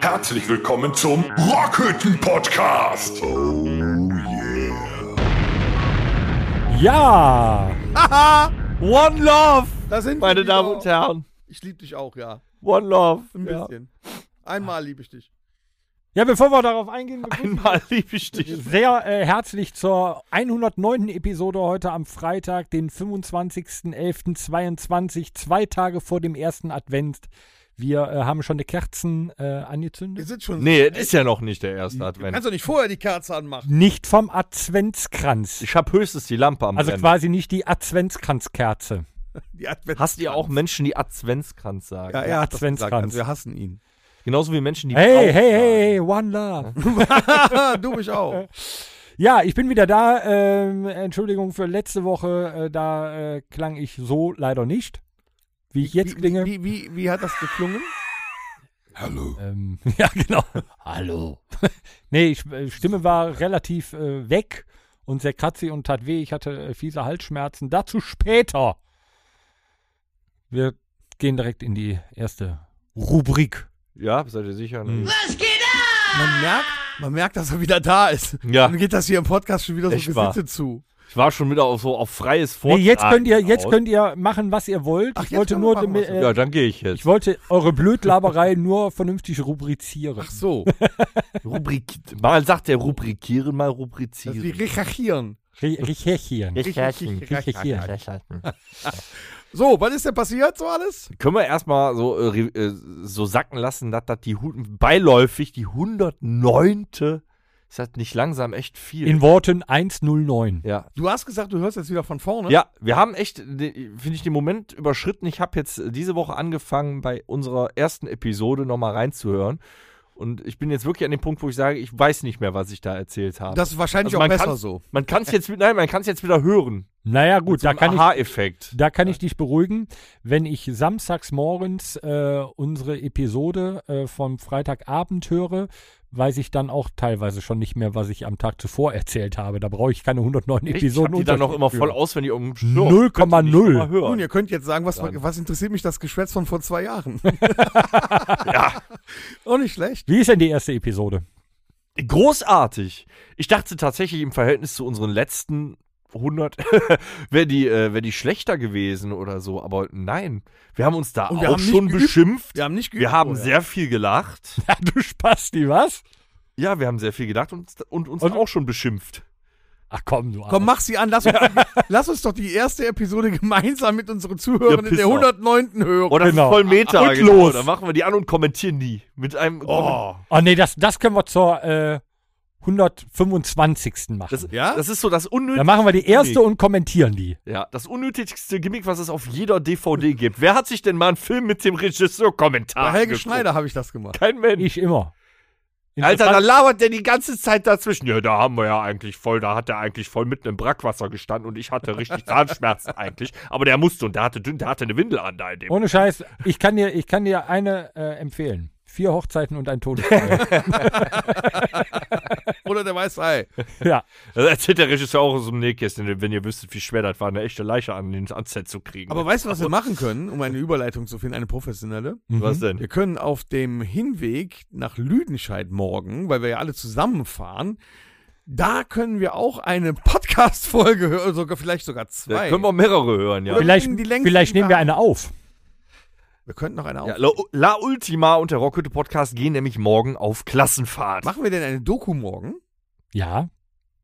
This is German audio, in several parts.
Herzlich willkommen zum Rockhütten Podcast. Oh Ja! Haha, One Love, da sind meine wir wieder. Damen und Herren. Ich liebe dich auch, ja. One Love. Ein ja. bisschen. Einmal liebe ich dich. Ja, bevor wir darauf eingehen, begrüßen Einmal lieb ich wir dich. sehr äh, herzlich zur 109. Episode heute am Freitag, den 25.11.22, zwei Tage vor dem ersten Advent. Wir äh, haben schon die Kerzen äh, Wir angezündet. sind schon. Nee, das ist ja noch nicht der erste Du Advent. kannst doch nicht vorher die Kerze anmachen. Nicht vom Adventskranz. Ich hab höchstens die Lampe am Also Brennen. quasi nicht die Adventskranzkerze. Die Advent Hast ihr auch Menschen, die Adventskranz sagen? ja, er hat das Adventskranz. gesagt. Also wir hassen ihn. Genauso wie Menschen, die Hey, hey, hey, Brauch hey, One Love. Ah, du mich auch. Ja, ich bin wieder da. Ähm, Entschuldigung für letzte Woche, äh, da äh, klang ich so leider nicht, wie ich jetzt wie, klinge. Wie, wie, wie hat das geklungen? Hallo. Ähm, ja, genau. Hallo. nee, ich, äh, Stimme war relativ äh, weg und sehr kratzig und tat weh. Ich hatte äh, fiese Halsschmerzen. Dazu später. Wir gehen direkt in die erste Rubrik. sagen. Ja, seid ihr sicher? Mhm. Man merkt, man merkt, dass er wieder da ist. Ja, Dann geht das hier im Podcast schon wieder so Echt wahr. Gesitze zu. ich war schon wieder auf so auf freies Nee, Vortragen. jetzt könnt ihr, jetzt aus. könnt ihr machen, was ihr wollt. Ach, ich jetzt wollte kann man nur, machen, damit, was äh, Ja, dann gehe ich jetzt. ich wollte eure Blödlaberei nur vernünftig rubrizieren. Ach so. Rubrik, mal sagt der rubrikieren, mal Dass wir rubrizieren. recherchieren. Re- Recherchieren. Recherchieren. So, was ist denn passiert so alles? Können wir erstmal so, äh, re- äh, so sacken lassen, dass das die Hu- beiläufig die 109. Ist das nicht langsam echt viel? In Worten 109. ja. Du hast gesagt, du hörst jetzt wieder von vorne. Ja, wir haben echt, finde ich, den Moment überschritten. Ich habe jetzt äh, diese Woche angefangen, bei unserer ersten Episode nochmal reinzuhören. Und ich bin jetzt wirklich an dem Punkt, wo ich sage, ich weiß nicht mehr, was ich da erzählt habe. Das ist wahrscheinlich Also auch man besser kann's- so. man kann es jetzt, mit- nein, man kann es jetzt wieder hören. Naja, gut, da kann ich Aha-Effekt. Da kann ich dich beruhigen. Wenn ich samstags morgens äh, unsere Episode äh, vom Freitagabend höre, weiß ich dann auch teilweise schon nicht mehr, was ich am Tag zuvor erzählt habe. Da brauche ich keine 109 Echt? Ich Episoden. hab die dann noch immer Unterschied voll für. auswendig um 0,0. Nun, ihr könnt jetzt sagen, was, Dann. was interessiert mich das Geschwätz von vor zwei Jahren? ja. Auch nicht schlecht. Wie ist denn die erste Episode? Großartig. Ich dachte tatsächlich im Verhältnis zu unseren letzten 100 wäre die, äh, wär die schlechter gewesen oder so, aber nein. Wir haben uns da Und wir auch haben nicht schon geübt. genau, beschimpft. Wir haben nicht geübt. Wir haben vorher. sehr viel gelacht. Ja, du Spasti, was? Ja, wir haben sehr viel gedacht und, und uns Und- auch schon beschimpft. Ach komm, du Komm, Arsch. mach sie an. Lass uns, lass uns doch die erste Episode gemeinsam mit unseren Zuhörern Ja, in piss der auf. 109. hören. Oder Genau. voll Meter. Und los. Dann machen wir die an und kommentieren die. Mit einem. Oh. Oh nee, das, das können wir zur äh, 125. machen. Das, Ja? das ist so das unnötigste. Dann machen wir die erste und kommentieren die. Ja, das unnötigste Gimmick, was es auf jeder DVD gibt. Wer hat sich denn mal einen Film mit dem Regisseur-Kommentar Bei Helge angeguckt? Schneider habe ich das gemacht. Kein Mensch. Ich immer. Alter, da Interessant- labert der die ganze Zeit dazwischen. Ja, da haben wir ja eigentlich voll, da hat er eigentlich voll mitten im Brackwasser gestanden und ich hatte richtig Zahnschmerzen eigentlich. Aber der musste und der hatte, dünn- der hatte eine Windel an da in dem. Ohne Scheiß, ich kann dir, ich kann dir eine äh, empfehlen. Vier Hochzeiten und ein Todesfall. Oder der weiß, ey. ja. Das Also erzählt der Regisseur auch aus dem Nähkästchen, wenn ihr wüsstet, wie schwer das war, eine echte Leiche an den ans Set zu kriegen. Aber weißt du, was wir machen können, um eine Überleitung zu finden, eine professionelle? was Wir denn? können auf dem Hinweg nach Lüdenscheid morgen, weil wir ja alle zusammenfahren, da können wir auch eine Podcast-Folge hören, sogar, vielleicht sogar Da zwei. können wir mehrere hören, ja. Oder- Vielleicht, Bringen die längst vielleicht nehmen wir über- eine auf. wir könnten noch eine auf. ja La, La Ultima und der Rockhütte Podcast gehen nämlich morgen auf Klassenfahrt. Machen wir denn eine Doku morgen? Ja.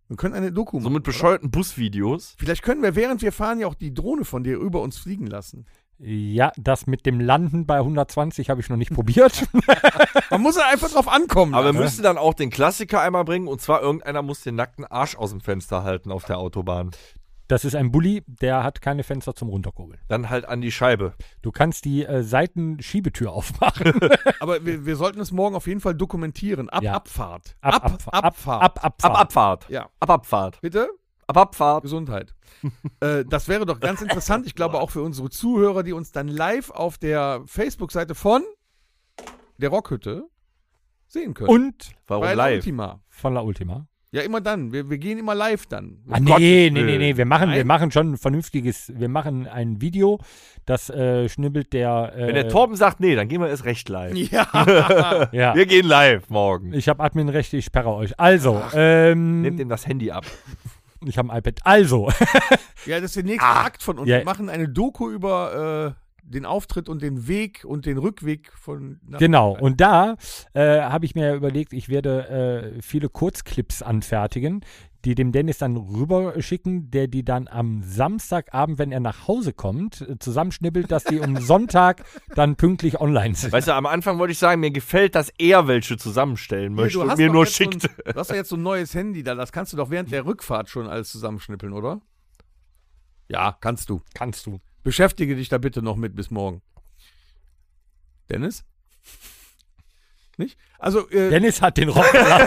Wir können eine Doku So machen. mit bescheuerten Busvideos. Vielleicht können wir, während wir fahren, ja auch die Drohne von dir über uns fliegen lassen. Ja, das mit dem Landen bei 120 habe ich noch nicht probiert. Man muss ja einfach drauf ankommen. Aber wir lassen. müssen dann auch den Klassiker einmal bringen und zwar irgendeiner muss den nackten Arsch aus dem Fenster halten auf der Autobahn. Das ist ein Bulli, der hat keine Fenster zum Runterkurbeln. Dann halt an die Scheibe. Du kannst die äh, Seitenschiebetür aufmachen. aber wir, wir sollten es morgen auf jeden Fall dokumentieren. Ab Ja. Abfahrt. Abfahrt. Ab, Abfahrt. Ab Abfahrt. Ja. Ab Abfahrt. Bitte? Ab Abfahrt. Gesundheit. äh, das wäre doch ganz interessant. Ich glaube auch für unsere Zuhörer, die uns dann live auf der Facebook-Seite von der Rockhütte sehen können. Und Warum Bei La live? Ultima. von La Ultima. Ja, immer dann. Wir, wir gehen immer live dann. Ah, nee, Gottes nee, nee, Willen. nee. Wir machen, wir Oh Äh, Nein. machen schon ein vernünftiges. Wir machen ein Video, das äh, schnibbelt der. Äh, Wenn der Torben sagt, nee, dann gehen wir erst recht live. Ja. Ja. Wir gehen live morgen. Ich habe Adminrechte, ich sperre euch. Also, ähm, Nehmt ihm das Handy ab. ich habe ein iPad. Also, ja, das ist der nächste Akt von uns. Ja. Wir machen eine Doku über äh, den Auftritt und den Weg und den Rückweg von. nach- genau. Und da äh, habe ich mir ja überlegt, ich werde äh, viele Kurzclips anfertigen, die dem Dennis dann rüber schicken, der die dann am Samstagabend, wenn er nach Hause kommt, äh, zusammenschnibbelt, dass die um Sonntag dann pünktlich online sind. Weißt du, am Anfang wollte ich sagen, mir gefällt, dass er welche zusammenstellen Hier, möchte und hast mir doch nur jetzt so ein- schickt. Du hast ja jetzt so ein neues Handy da. Das kannst du doch während der Rückfahrt schon alles zusammenschnippeln, oder? Ja, kannst du. Kannst du. Beschäftige dich da bitte noch mit bis morgen. Dennis? Nicht? Also, äh, Dennis hat den Rock gelassen.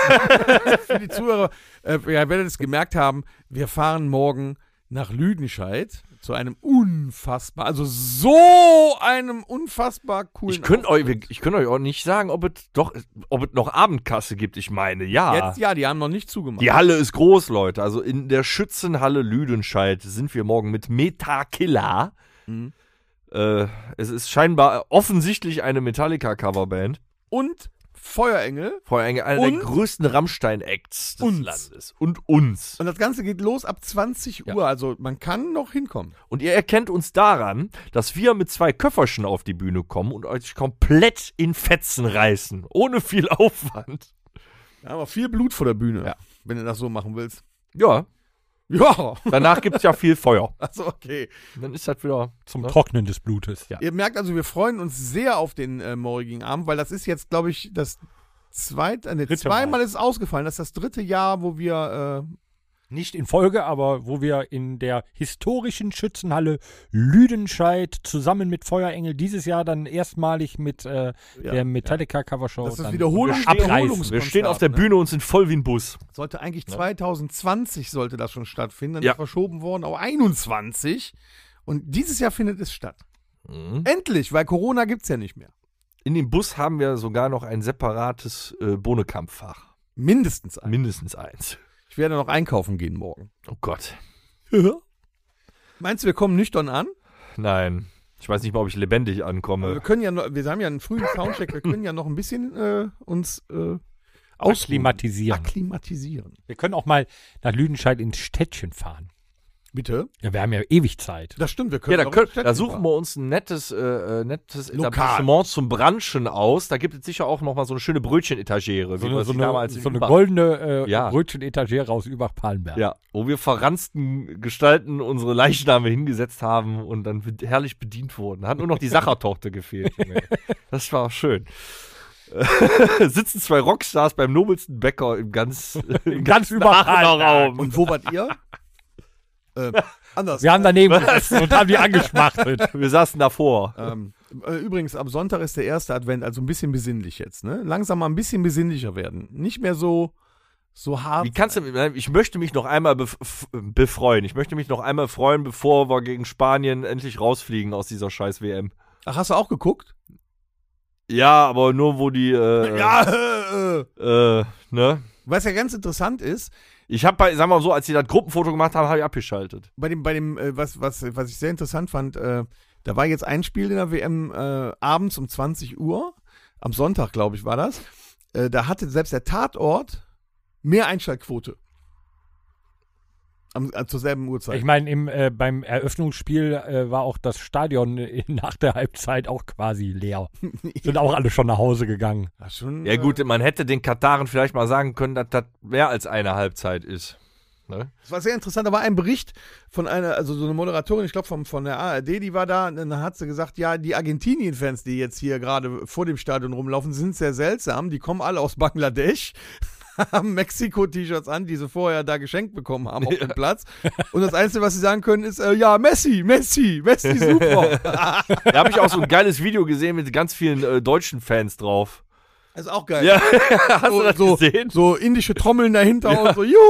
für die Zuhörer, äh, ihr werdet es gemerkt haben, wir fahren morgen nach Lüdenscheid zu einem unfassbar, also so einem unfassbar coolen. Ich könnte euch, ich könnt euch auch nicht sagen, ob es doch, ob es noch Abendkasse gibt. Ich meine, ja. Jetzt, ja, die haben noch nicht zugemacht. Die Halle ist groß, Leute. Also in der Schützenhalle Lüdenscheid sind wir morgen mit Metakiller. Mhm. Äh, es ist scheinbar offensichtlich eine Metallica-Coverband. Und Feuerengel. Vor allem einer Und- der größten Rammstein-Acts des Uns. Landes. Und uns. Und das Ganze geht los ab 20 Ja. Uhr, also man kann noch hinkommen. Und ihr erkennt uns daran, dass wir mit zwei Köfferchen auf die Bühne kommen und euch komplett in Fetzen reißen. Ohne viel Aufwand. Da haben wir viel Blut vor der Bühne, Ja. wenn du das so machen willst. Ja, Ja, danach gibt es ja viel Feuer. also okay. Dann ist das wieder Zum ne? Trocknen des Blutes. Ja. Ihr merkt also, wir freuen uns sehr auf den äh, morgigen Abend, weil das ist jetzt, glaube ich, das zweite, äh, nee, Dritte zweimal ist es ausgefallen. Das ist das dritte Jahr, wo wir äh, Nicht in Folge, aber wo wir in der historischen Schützenhalle Lüdenscheid zusammen mit Feuerengel dieses Jahr dann erstmalig mit äh, der Metallica Covershow. Das ist Oh, dann Wiederholung- wir stehen- abreißen. Wiederholungs- Wir stehen auf der ne? Bühne und sind voll wie ein Bus. sollte eigentlich 2020 sollte das schon stattfinden, dann Ja. ist verschoben worden auf 21 und dieses Jahr findet es statt. Endlich, weil Corona gibt's ja nicht mehr. In dem Bus haben wir sogar noch ein separates äh, Bohnekampffach. Mindestens ein. Mindestens eins. Ich werde noch einkaufen gehen morgen. Oh Gott. Meinst du, wir kommen nüchtern an? Nein. Ich weiß nicht mal, ob ich lebendig Aber Also ankomme. wir können ja noch, wir haben ja einen frühen Soundcheck, wir können ja noch ein bisschen äh, uns äh, ausruhen. Ausklimatisieren. Akklimatisieren. Wir können auch mal nach Lüdenscheid ins Städtchen fahren. Bitte? Ja, wir haben ja ewig Zeit. Das stimmt, wir Ja, können. da, auch können, in Städten da suchen fahren. wir uns ein nettes, äh, äh, nettes Lokal. Etablissement zum Branchen aus. Da gibt es sicher auch noch mal so eine schöne Brötchenetagere. So wie eine, wir so sie eine, damals in so eine Übach- goldene äh, Ja. Brötchen-Etagere aus Übach-Palenberg. Ja, wo wir verransten Gestalten unsere Leichname hingesetzt haben und dann be- herrlich bedient wurden. Hat nur noch die Sachertorte gefehlt. Junge. Das war schön. Sitzen zwei Rockstars beim nobelsten Bäcker im ganz, ganz im ganzen Überall. Aachener Raum. Und wo wart ihr? äh, anders. Wir haben daneben gesessen und haben die angeschmachtet. Wir saßen davor. Ähm, äh, übrigens, am Sonntag ist der erste Advent, also ein bisschen besinnlich jetzt. Ne? Langsam mal ein bisschen besinnlicher werden. Nicht mehr so, so hart. Wie kannst du, ich möchte mich noch einmal bef f- befreuen. Ich möchte mich noch einmal freuen, bevor wir gegen Spanien endlich rausfliegen aus dieser scheiß WM. Ach, hast du auch geguckt? Ja, aber nur wo die, äh, äh, äh. äh, ne? Was ja ganz interessant ist, Ich habe bei, sagen wir mal so, als die das Gruppenfoto gemacht haben, habe ich abgeschaltet. bei dem, bei dem, äh, was, was, was ich sehr interessant fand, äh, da war jetzt ein Spiel in der WM äh, abends um 20 Uhr, am Sonntag, glaube ich, war das. Äh, da hatte selbst der Tatort mehr Einschaltquote. Am, äh, zur selben Uhrzeit. Ich meine, im, äh, beim Eröffnungsspiel äh, war auch das Stadion äh, nach der Halbzeit auch quasi leer. Sind auch alle schon nach Hause gegangen. Ja, schon, Ja gut, man hätte den Kataren vielleicht mal sagen können, dass das mehr als eine Halbzeit ist. Ne? Es war sehr interessant, da war ein Bericht von einer, also so eine Moderatorin, ich glaube von, von der ARD, die war da, und dann hat sie gesagt, ja, die Argentinien-Fans, die jetzt hier gerade vor dem Stadion rumlaufen, sind sehr seltsam, die kommen alle aus Bangladesch, haben Mexiko-T-Shirts an, die sie vorher da geschenkt bekommen haben auf dem Platz und das Einzige, was sie sagen können, ist, äh, ja, Messi, Messi, Messi, super. Da habe ich auch so ein geiles Video gesehen mit ganz vielen äh, deutschen Fans drauf. ist auch geil. Ja, hast So- du das so, gesehen? so indische Trommeln dahinter und so, juhu.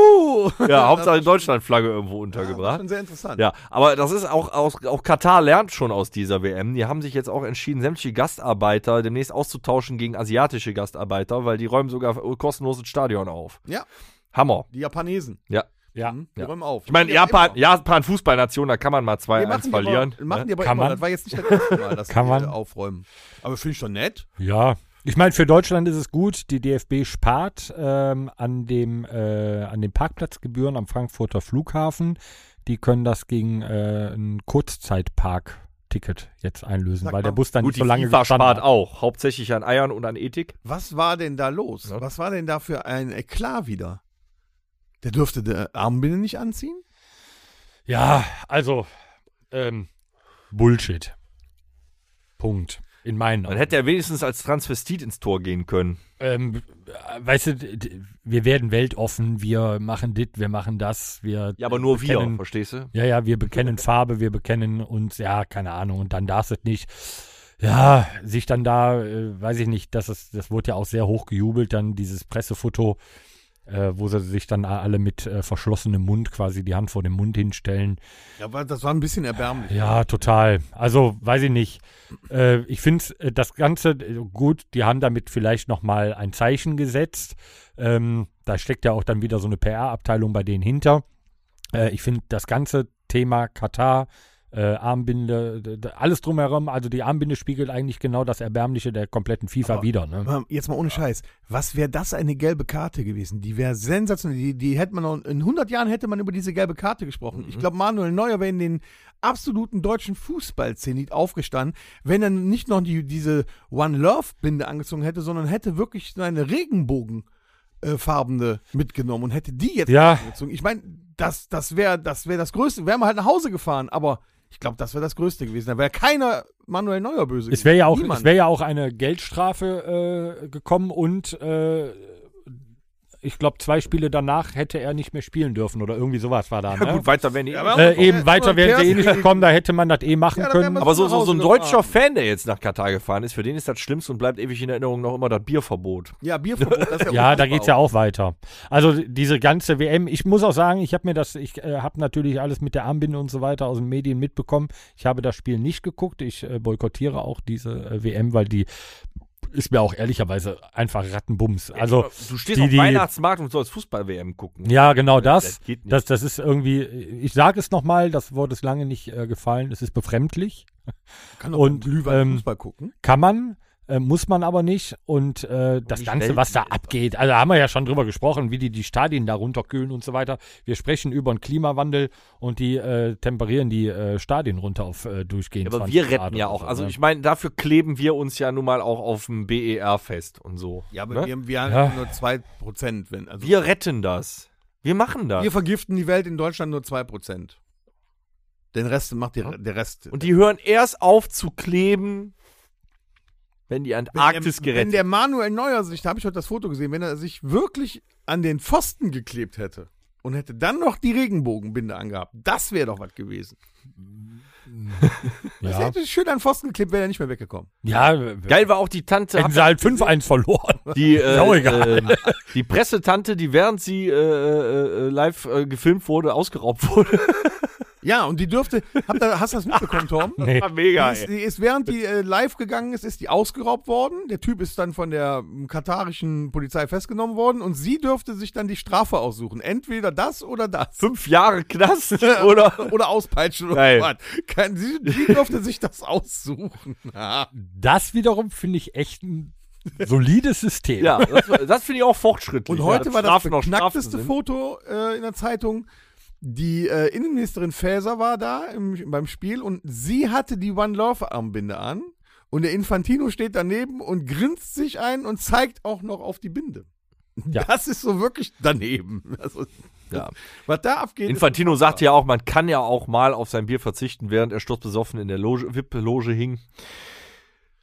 Ja, Hauptsache die Deutschlandflagge irgendwo war untergebracht. schon sehr interessant. Ja, aber das ist auch, auch, auch Katar lernt schon aus dieser WM. Die haben sich jetzt auch entschieden, sämtliche Gastarbeiter demnächst auszutauschen gegen asiatische Gastarbeiter, weil die räumen sogar kostenlos das Stadion auf. Ja. Hammer. Die Japanesen. Ja. Mhm. Die Ja. räumen auf. Ich meine, Japan, Japan Fußballnation, da kann man mal Nee, 2-1 machen die verlieren. Aber, machen die ne? aber Kann immer. man? Das war jetzt nicht das erste Mal, dass Kann die man? aufräumen. Aber finde ich schon nett. Ja, ich meine, für Deutschland ist es gut. Die DFB spart ähm, an, dem, äh, an den Parkplatzgebühren am Frankfurter Flughafen. Die können das gegen äh, ein Kurzzeitpark-Ticket jetzt einlösen, Sag weil der mal, Bus dann Gut, nicht so die lange FIFA gestanden spart hat. auch. Hauptsächlich an Eiern und an Ethik. Was war denn da los? Ja. Was war denn da für ein Eklat wieder? Der dürfte die Armbinde nicht anziehen? Ja, also ähm, Bullshit. Punkt. In meinen Dann Augen. hätte er wenigstens als Transvestit ins Tor gehen können. Ähm, äh, weißt du, d- d- wir werden weltoffen, wir machen dit, wir machen das, wir Ja, aber nur wir, bekennen- verstehst du? Ja, ja, wir bekennen Farbe, wir bekennen uns, ja, keine Ahnung, und dann darf es nicht. Ja, sich dann da, äh, weiß ich nicht, das, ist, das wurde ja auch sehr hoch gejubelt, dann dieses Pressefoto, äh, wo sie sich dann alle mit äh, verschlossenem Mund quasi die Hand vor dem Mund hinstellen. Ja, aber das war ein bisschen erbärmlich. Ja, total. Also, weiß ich nicht. Äh, ich finde äh, das Ganze äh, gut, die haben damit vielleicht nochmal ein Zeichen gesetzt. Ähm, da steckt ja auch dann wieder so eine PR-Abteilung bei denen hinter. Äh, ich finde das ganze Thema Katar, äh, Armbinde, d- d- alles drumherum, also die Armbinde spiegelt eigentlich genau das Erbärmliche der kompletten FIFA Aber- wieder. Ne? Mal- Jetzt mal ohne Scheiß. Was wäre das eine gelbe Karte gewesen? Die wäre sensationell. Die, die hätte man noch, in 100 Jahren hätte man über diese gelbe Karte gesprochen. Mhm. Ich glaube, Manuel Neuer wäre in den absoluten deutschen Fußballzenit aufgestanden, wenn er nicht noch die, diese One Love Binde angezogen hätte, sondern hätte wirklich seine Regenbogen äh, farbende mitgenommen und hätte die jetzt Ja. angezogen. Ich meine, das, das wäre das, wär das Größte. Wären wir halt nach Hause gefahren, aber ich glaube, das wäre das Größte gewesen. Da wäre keiner Manuel Neuer böse Es wäre ja, auch- Niemand. es wär ja auch eine Geldstrafe äh, gekommen und äh, ich glaube, zwei Spiele danach hätte er nicht mehr spielen dürfen oder irgendwie sowas war da. Ja, ne? gut, weiter wenn die. Ja, aber aber- äh, eben weiter wären sie eh nicht Verkehrs- gekommen, da hätte man das eh machen Ja, da wären können. wir so, so, so ein nach Hause deutscher Fan, der jetzt nach Katar gefahren ist, für den ist das Schlimmste und bleibt ewig in Erinnerung noch immer das Bierverbot. Ja, Bierverbot. Das ist Ja, da unfassbar. geht es ja auch weiter. Also diese ganze WM, ich muss auch sagen, ich habe mir das, ich äh, habe natürlich alles mit der Armbinde und so weiter aus den Medien mitbekommen. Ich habe das Spiel nicht geguckt. Ich äh, boykottiere auch diese äh, WM, weil die ist mir auch ehrlicherweise einfach Rattenbums. Also du stehst die- auf die- Weihnachtsmarkt und sollst Fußball-WM gucken. ja, genau das. Das geht nicht. Das, das ist irgendwie, ich sage es nochmal, das Wort ist lange nicht äh, gefallen, es ist befremdlich. Kann doch Und, und Glühwein ähm, Fußball gucken. Kann man, äh, muss man aber nicht. Und äh, das die Ganze, Welt- was da abgeht, also da haben wir ja schon drüber gesprochen, wie die die Stadien darunter kühlen und so weiter. Wir sprechen über den Klimawandel und die äh, temperieren die äh, Stadien runter auf äh, durchgehend. Ja, aber 20 wir retten Grad ja oder auch. so, Also ne? ich meine, dafür kleben wir uns ja nun mal auch auf dem BER fest und so. Ja, aber ne? wir, wir, wir haben Ja. nur 2%. Wenn, also retten das. Wir machen das. wir vergiften die Welt in Deutschland nur 2%. Den Rest macht die, der Rest. und die hören erst auf zu kleben, wenn die Antarktis wenn, der, wenn gerettet der Manuel Neuer sich, da habe ich heute das Foto gesehen, wenn er sich wirklich an den Pfosten geklebt hätte und hätte dann noch die Regenbogenbinde angehabt, das wäre doch was gewesen. Das ja. hätte schön an den Pfosten geklebt, wäre er nicht mehr weggekommen. ja, äh, Geil war auch die Tante, hätten habt sie halt 5-1 verloren. Die, äh, Ist auch egal. ähm, die Pressetante, die während sie äh, äh, äh, live äh, gefilmt wurde, ausgeraubt wurde. Ja, und die dürfte, hab da, hast du das mitbekommen, Tom? Nee. mega, Die ist, die ist, während die äh, live gegangen ist, ist die ausgeraubt worden. Der Typ ist dann von der ähm, katarischen Polizei festgenommen worden und sie dürfte sich dann die Strafe aussuchen. Entweder das oder das. Fünf Jahre Knast, oder? Oder auspeitschen oder Geil. was. Kein- Sie, sie dürfte sich das aussuchen. Ah. Ja. Das wiederum finde ich echt ein solides System. Ja, das, war- das finde ich auch fortschrittlich. Und heute ja, war das Strafen noch beknackteste Strafen sind. Foto äh, in der Zeitung. Die äh, Innenministerin Faeser war da im, beim Spiel und sie hatte die One Love Armbinde an. Und der Infantino steht daneben und grinst sich ein und zeigt auch noch auf die Binde. Ja. Das ist so wirklich daneben. Also, Ja. Was da abgeht. ist- Infantino sagte ja auch, man kann ja auch mal auf sein Bier verzichten, während er sturzbesoffen in der Loge, VIP-Loge hing.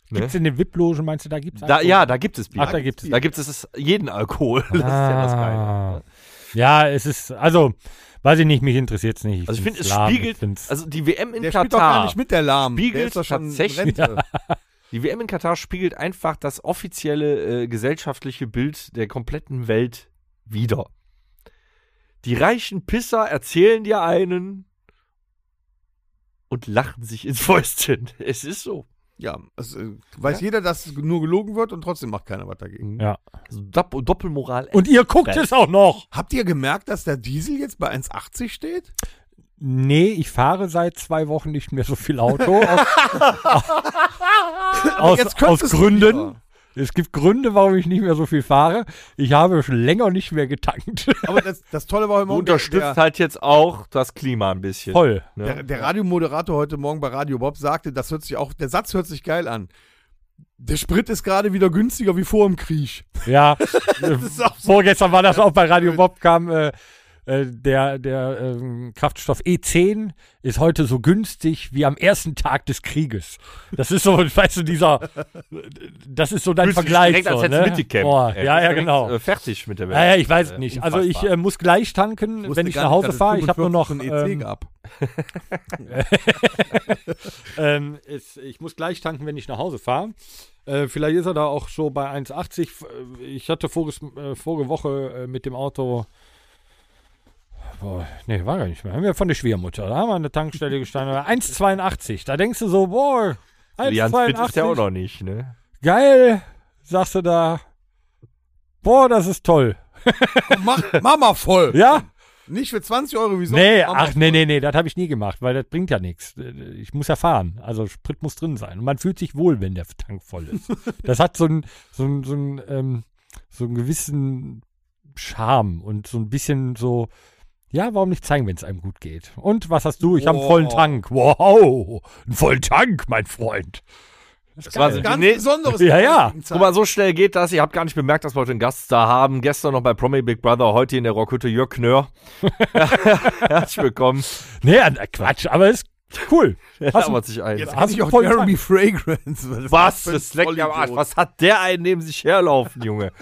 Gibt es in den VIP-Logen, meinst du, da gibt es Da, ja, da gibt es Bier. Ach, da gibt es. Da gibt es es- jeden Alkohol. Das ist ja das ne? Geile. Ah. Ja, es ist, also, weiß ich nicht, mich interessiert es nicht. Also ich finde, find's es lahm, spiegelt, ich find's- also die WM in der spielt doch gar Katar, nicht mit der Lahm. der Spiegelt ist doch schon in tatsächlich- Rente. die WM in Katar spiegelt einfach das offizielle äh, gesellschaftliche Bild der kompletten Welt wider. Die reichen Pisser erzählen dir einen und lachen sich ins Fäustchen. Es ist so. Ja, es, äh, weiß jeder, dass es nur gelogen wird und trotzdem macht keiner was dagegen. Ja. Also Dopp Doppelmoral. Und ihr guckt es auch noch. Habt ihr gemerkt, dass der Diesel jetzt bei 1,80 steht? Nee, ich fahre seit zwei Wochen nicht mehr so viel Auto. Aus, aus, jetzt aus könntest du Gründen. wieder. Es gibt Gründe, warum ich nicht mehr so viel fahre. Ich habe schon länger nicht mehr getankt. Aber das, das Tolle war heute Du Morgen, unterstützt der, halt jetzt auch das Klima ein bisschen. Voll. Ne? der, der Radiomoderator heute Morgen bei Radio Bob sagte, das hört sich auch, der Satz hört sich geil an. Der Sprit ist gerade wieder günstiger wie vor dem Krieg. Ja. ist auch Vorgestern war das auch bei Radio Bob kam. Äh, äh, der der ähm, Kraftstoff E10 ist heute so günstig wie am ersten Tag des Krieges. Das ist so, weißt du, dieser, das ist so dein Fühlst du dich Vergleich. direkt, so, als hättest ne? du mitgecampt. Boah, Äh, ja, ja, direkt, genau. äh, Fertig mit der Welt. Naja, ich weiß es Äh, nicht. unfassbar. Also ich äh, muss gleich tanken, wenn ich nach Hause fahre. Ich habe nur noch, EC ähm, E gab. ähm, es, ich muss gleich tanken, wenn ich nach Hause fahre. Äh, vielleicht ist er da auch so bei 1,80. F- äh, Ich hatte voriges, äh, vorige Woche äh, mit dem Auto. Boah, nee, war gar nicht mehr. Haben wir von der Schwiegermutter. Da haben wir an der Tankstelle gestanden. 1,82. Da denkst du so, boah, Also Jans Fit ist ja auch 1,82. noch nicht, ne? Geil, sagst du da. Boah, das ist toll. Mach, mach mal voll. Ja? Nicht für 20 Euro wie sonst. Nee, mach mal ach nee, nee, nee, das habe ich nie gemacht, weil das bringt ja nichts. Ich muss ja fahren. Also Sprit muss drin sein. Und man fühlt sich wohl, wenn der Tank voll ist. Das hat so einen so einen- so einen, ähm, so einen gewissen Charme und so ein bisschen so, ja, warum nicht zeigen, wenn es einem gut geht? Und was hast du? Ich habe einen Wow. vollen Tank. Wow, einen vollen Tank, mein Freund. Das ist war geil. so- Ganz Nee. besonderes. Ja, ja. Guck mal, so schnell geht das. Ihr habt gar nicht bemerkt, dass wir heute einen Gast da haben. Gestern noch bei Promi Big Brother, heute in der Rockhütte Jörg Knör. Herzlich willkommen. Nee, äh, Quatsch, aber ist cool. Hast du, Labert sich ein. Jetzt Hast hast ich du auch voll Jeremy Fragrance. Was? Was? für ein Das leckt mir am Arsch. Vollidiot. Was hat der einen neben sich herlaufen, Junge?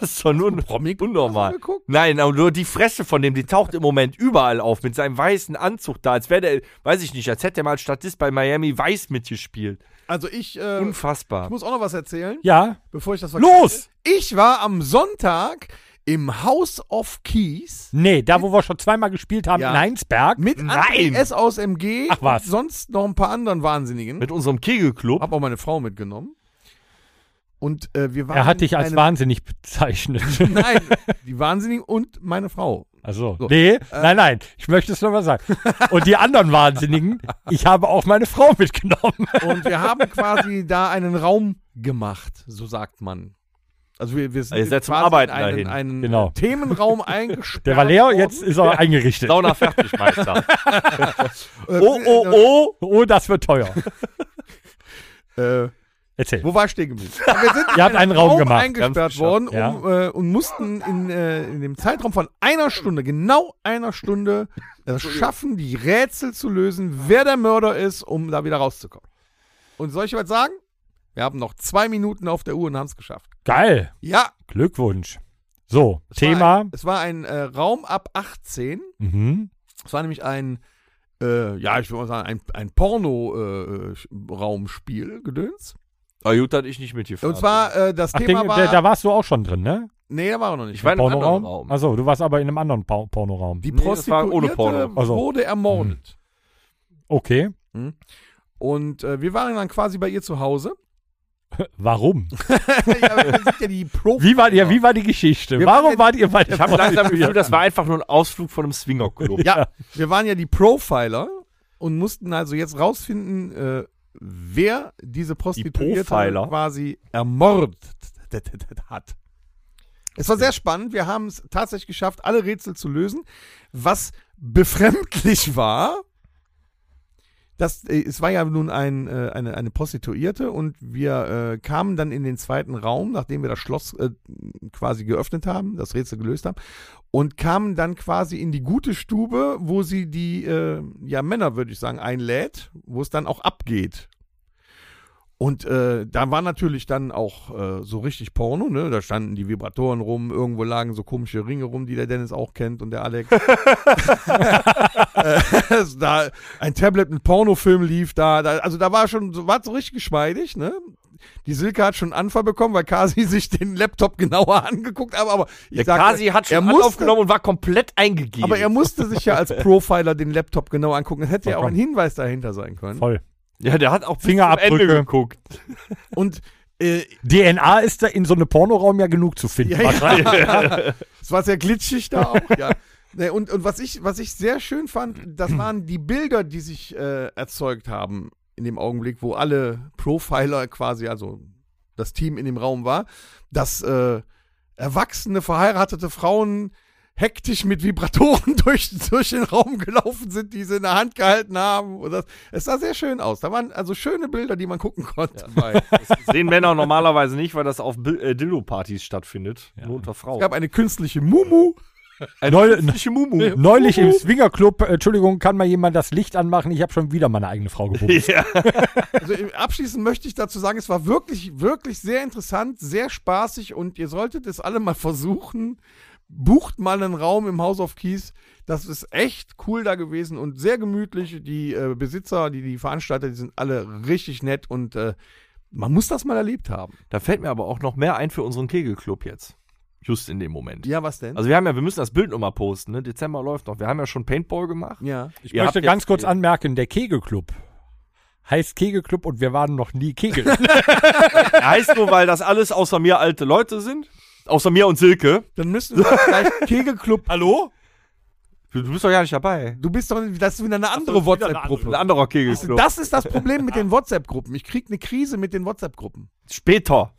Das ist doch nur ein Promi unnormal. Nein, aber nur die Fresse von dem, die taucht im Moment überall auf mit seinem weißen Anzug da. Als wäre der, weiß ich nicht, als hätte er mal als Statist bei Miami Weiß mitgespielt. Also ich, äh, ich Unfassbar. muss auch noch was erzählen, ja, bevor ich das vergesse. los! Ich war am Sonntag im House of Keys Nee, da wo wir schon zweimal gespielt haben, Ja. in Heinsberg. mit André Nein. S. aus MG Ach was. und sonst noch ein paar anderen Wahnsinnigen. Mit unserem Kegelclub. Hab auch meine Frau mitgenommen. Und äh, wir waren Er hat dich als eine- wahnsinnig bezeichnet. Nein, die Wahnsinnigen und meine Frau. Also, So. Äh. nee, nein, nein, ich möchte es nur mal sagen. Und die anderen Wahnsinnigen, ich habe auch meine Frau mitgenommen. Und wir haben quasi da einen Raum gemacht, so sagt man. Also wir, wir sind Ihr seid zum quasi in Arbeiten einen, dahin. einen Genau. Themenraum eingesperrt. Der war leer, worden. jetzt ist er eingerichtet. Sauna fertig, Meister. Äh, Oh, oh, oh. Oh, das wird teuer. Äh, Erzähl. wo war ich stehen geblieben? Wir sind Ihr habt einen Raum gemacht. Ganz eingesperrt geschafft, worden ja. um, äh, und mussten in, äh, in dem Zeitraum von einer Stunde, genau einer Stunde, das schaffen, die Rätsel zu lösen, wer der Mörder ist, um da wieder rauszukommen. Und soll ich was sagen? Wir haben noch zwei Minuten auf der Uhr und haben es geschafft. Geil. Ja, Glückwunsch. So, es War Thema. ein, es war ein äh, Raum ab 18. Mhm. Es war nämlich ein, äh, ja, ich würde mal sagen, ein, ein Porno-Raumspiel, Gedöns. Ah, gut, dass ich nicht mitgefahren Und zwar, äh, das Ach, Thema den, war. da, da warst du auch schon drin, ne? nee, da war er noch nicht. Ich war in einem anderen Pornoraum? Raum. Achso, du warst aber in einem anderen pa Pornoraum. Die Nee, das war Prostituierte ohne Porno. Mhm. Also. wurde ermordet. Okay. Und äh, wir waren dann quasi bei ihr zu Hause. Warum? ja, wir sind ja die Pro Wie war, ja, wie war die Geschichte? Oh, Wir waren Warum jetzt- wart ihr bei der ich habe langsam das Gefühl, Prostituierten? das war einfach nur ein Ausflug von einem Swingerclub. Ja, wir waren ja die Profiler und mussten also jetzt rausfinden, äh, wer diese Prostituierte Profiler? quasi ermordet hat. Es war sehr spannend. Wir haben es tatsächlich geschafft, alle Rätsel zu lösen. Was befremdlich war, das, äh, es war ja nun ein, äh, eine, eine Prostituierte und wir äh, kamen dann in den zweiten Raum, nachdem wir das Schloss äh, quasi geöffnet haben, das Rätsel gelöst haben, und kamen dann quasi in die gute Stube, wo sie die äh, ja, Männer, würde ich sagen, einlädt, wo es dann auch abgeht. Und äh, da war natürlich dann auch äh, so richtig Porno, ne? Da standen die Vibratoren rum, irgendwo lagen so komische Ringe rum, die der Dennis auch kennt und der Alex. Äh, da ein Tablet mit Pornofilm lief da, da also da war schon so war so richtig geschmeidig, ne? Die Silke hat schon einen Anfall bekommen, weil Kasi sich den Laptop genauer angeguckt hat, aber ich Der sag- Kasi hat er schon musste- aufgenommen und war komplett eingegeben. aber er musste sich ja als Profiler den Laptop genau angucken. Das hätte ja auch ein Vollkommen. Hinweis dahinter sein können. Voll. Ja, der hat auch bis zum Fingerabdrücke. Ende geguckt. Und äh, DNA ist da in so einem Pornoraum ja genug zu finden. Ja, wahrscheinlich. Es war sehr glitschig da auch, ja. Nee, und und was, ich, was ich sehr schön fand, das waren die Bilder, die sich äh, erzeugt haben in dem Augenblick, wo alle Profiler quasi, also das Team in dem Raum war, dass äh, erwachsene, verheiratete Frauen hektisch mit Vibratoren durch, durch den Raum gelaufen sind, die sie in der Hand gehalten haben. Und das, es sah sehr schön aus. Da waren also schöne Bilder, die man gucken konnte. Bei. Sehen Männer normalerweise nicht, weil das auf Bil- äh, Dillo-Partys stattfindet. Nur unter Es Frauen. gab eine künstliche Mumu. Neul Äh, ne, Mumu. Äh, neulich im Swingerclub, äh, Entschuldigung, kann mal jemand das Licht anmachen? Ich habe schon wieder meine eigene Frau gebucht. Ja. Also im- abschließend möchte ich dazu sagen, es war wirklich, wirklich sehr interessant, sehr spaßig und ihr solltet es alle mal versuchen. Bucht mal einen Raum im House of Keys. Das ist echt cool da gewesen und sehr gemütlich. Die äh, Besitzer, die, die Veranstalter, die sind alle richtig nett und äh, man muss das mal erlebt haben. Da fällt mir aber auch noch mehr ein für unseren Kegelclub jetzt. Just in dem Moment. Ja, was denn? Also wir haben ja, wir müssen das Bild nochmal posten, ne? Dezember läuft noch. Wir haben ja schon Paintball gemacht. ja. Ich Ihr möchte habt ganz jetzt- kurz anmerken, der Kegelclub heißt Kegelclub und wir waren noch nie Kegel. heißt nur, weil das alles außer mir alte Leute sind. Außer mir und Silke. Dann müssen wir vielleicht Kegelclub. Hallo? Du, du bist doch gar nicht dabei. Du bist doch, das ist wieder eine andere wieder eine Ein WhatsApp-Gruppe. anderer Kegelclub. Das ist das Problem mit den WhatsApp-Gruppen. Ich kriege eine Krise mit den WhatsApp-Gruppen. Später.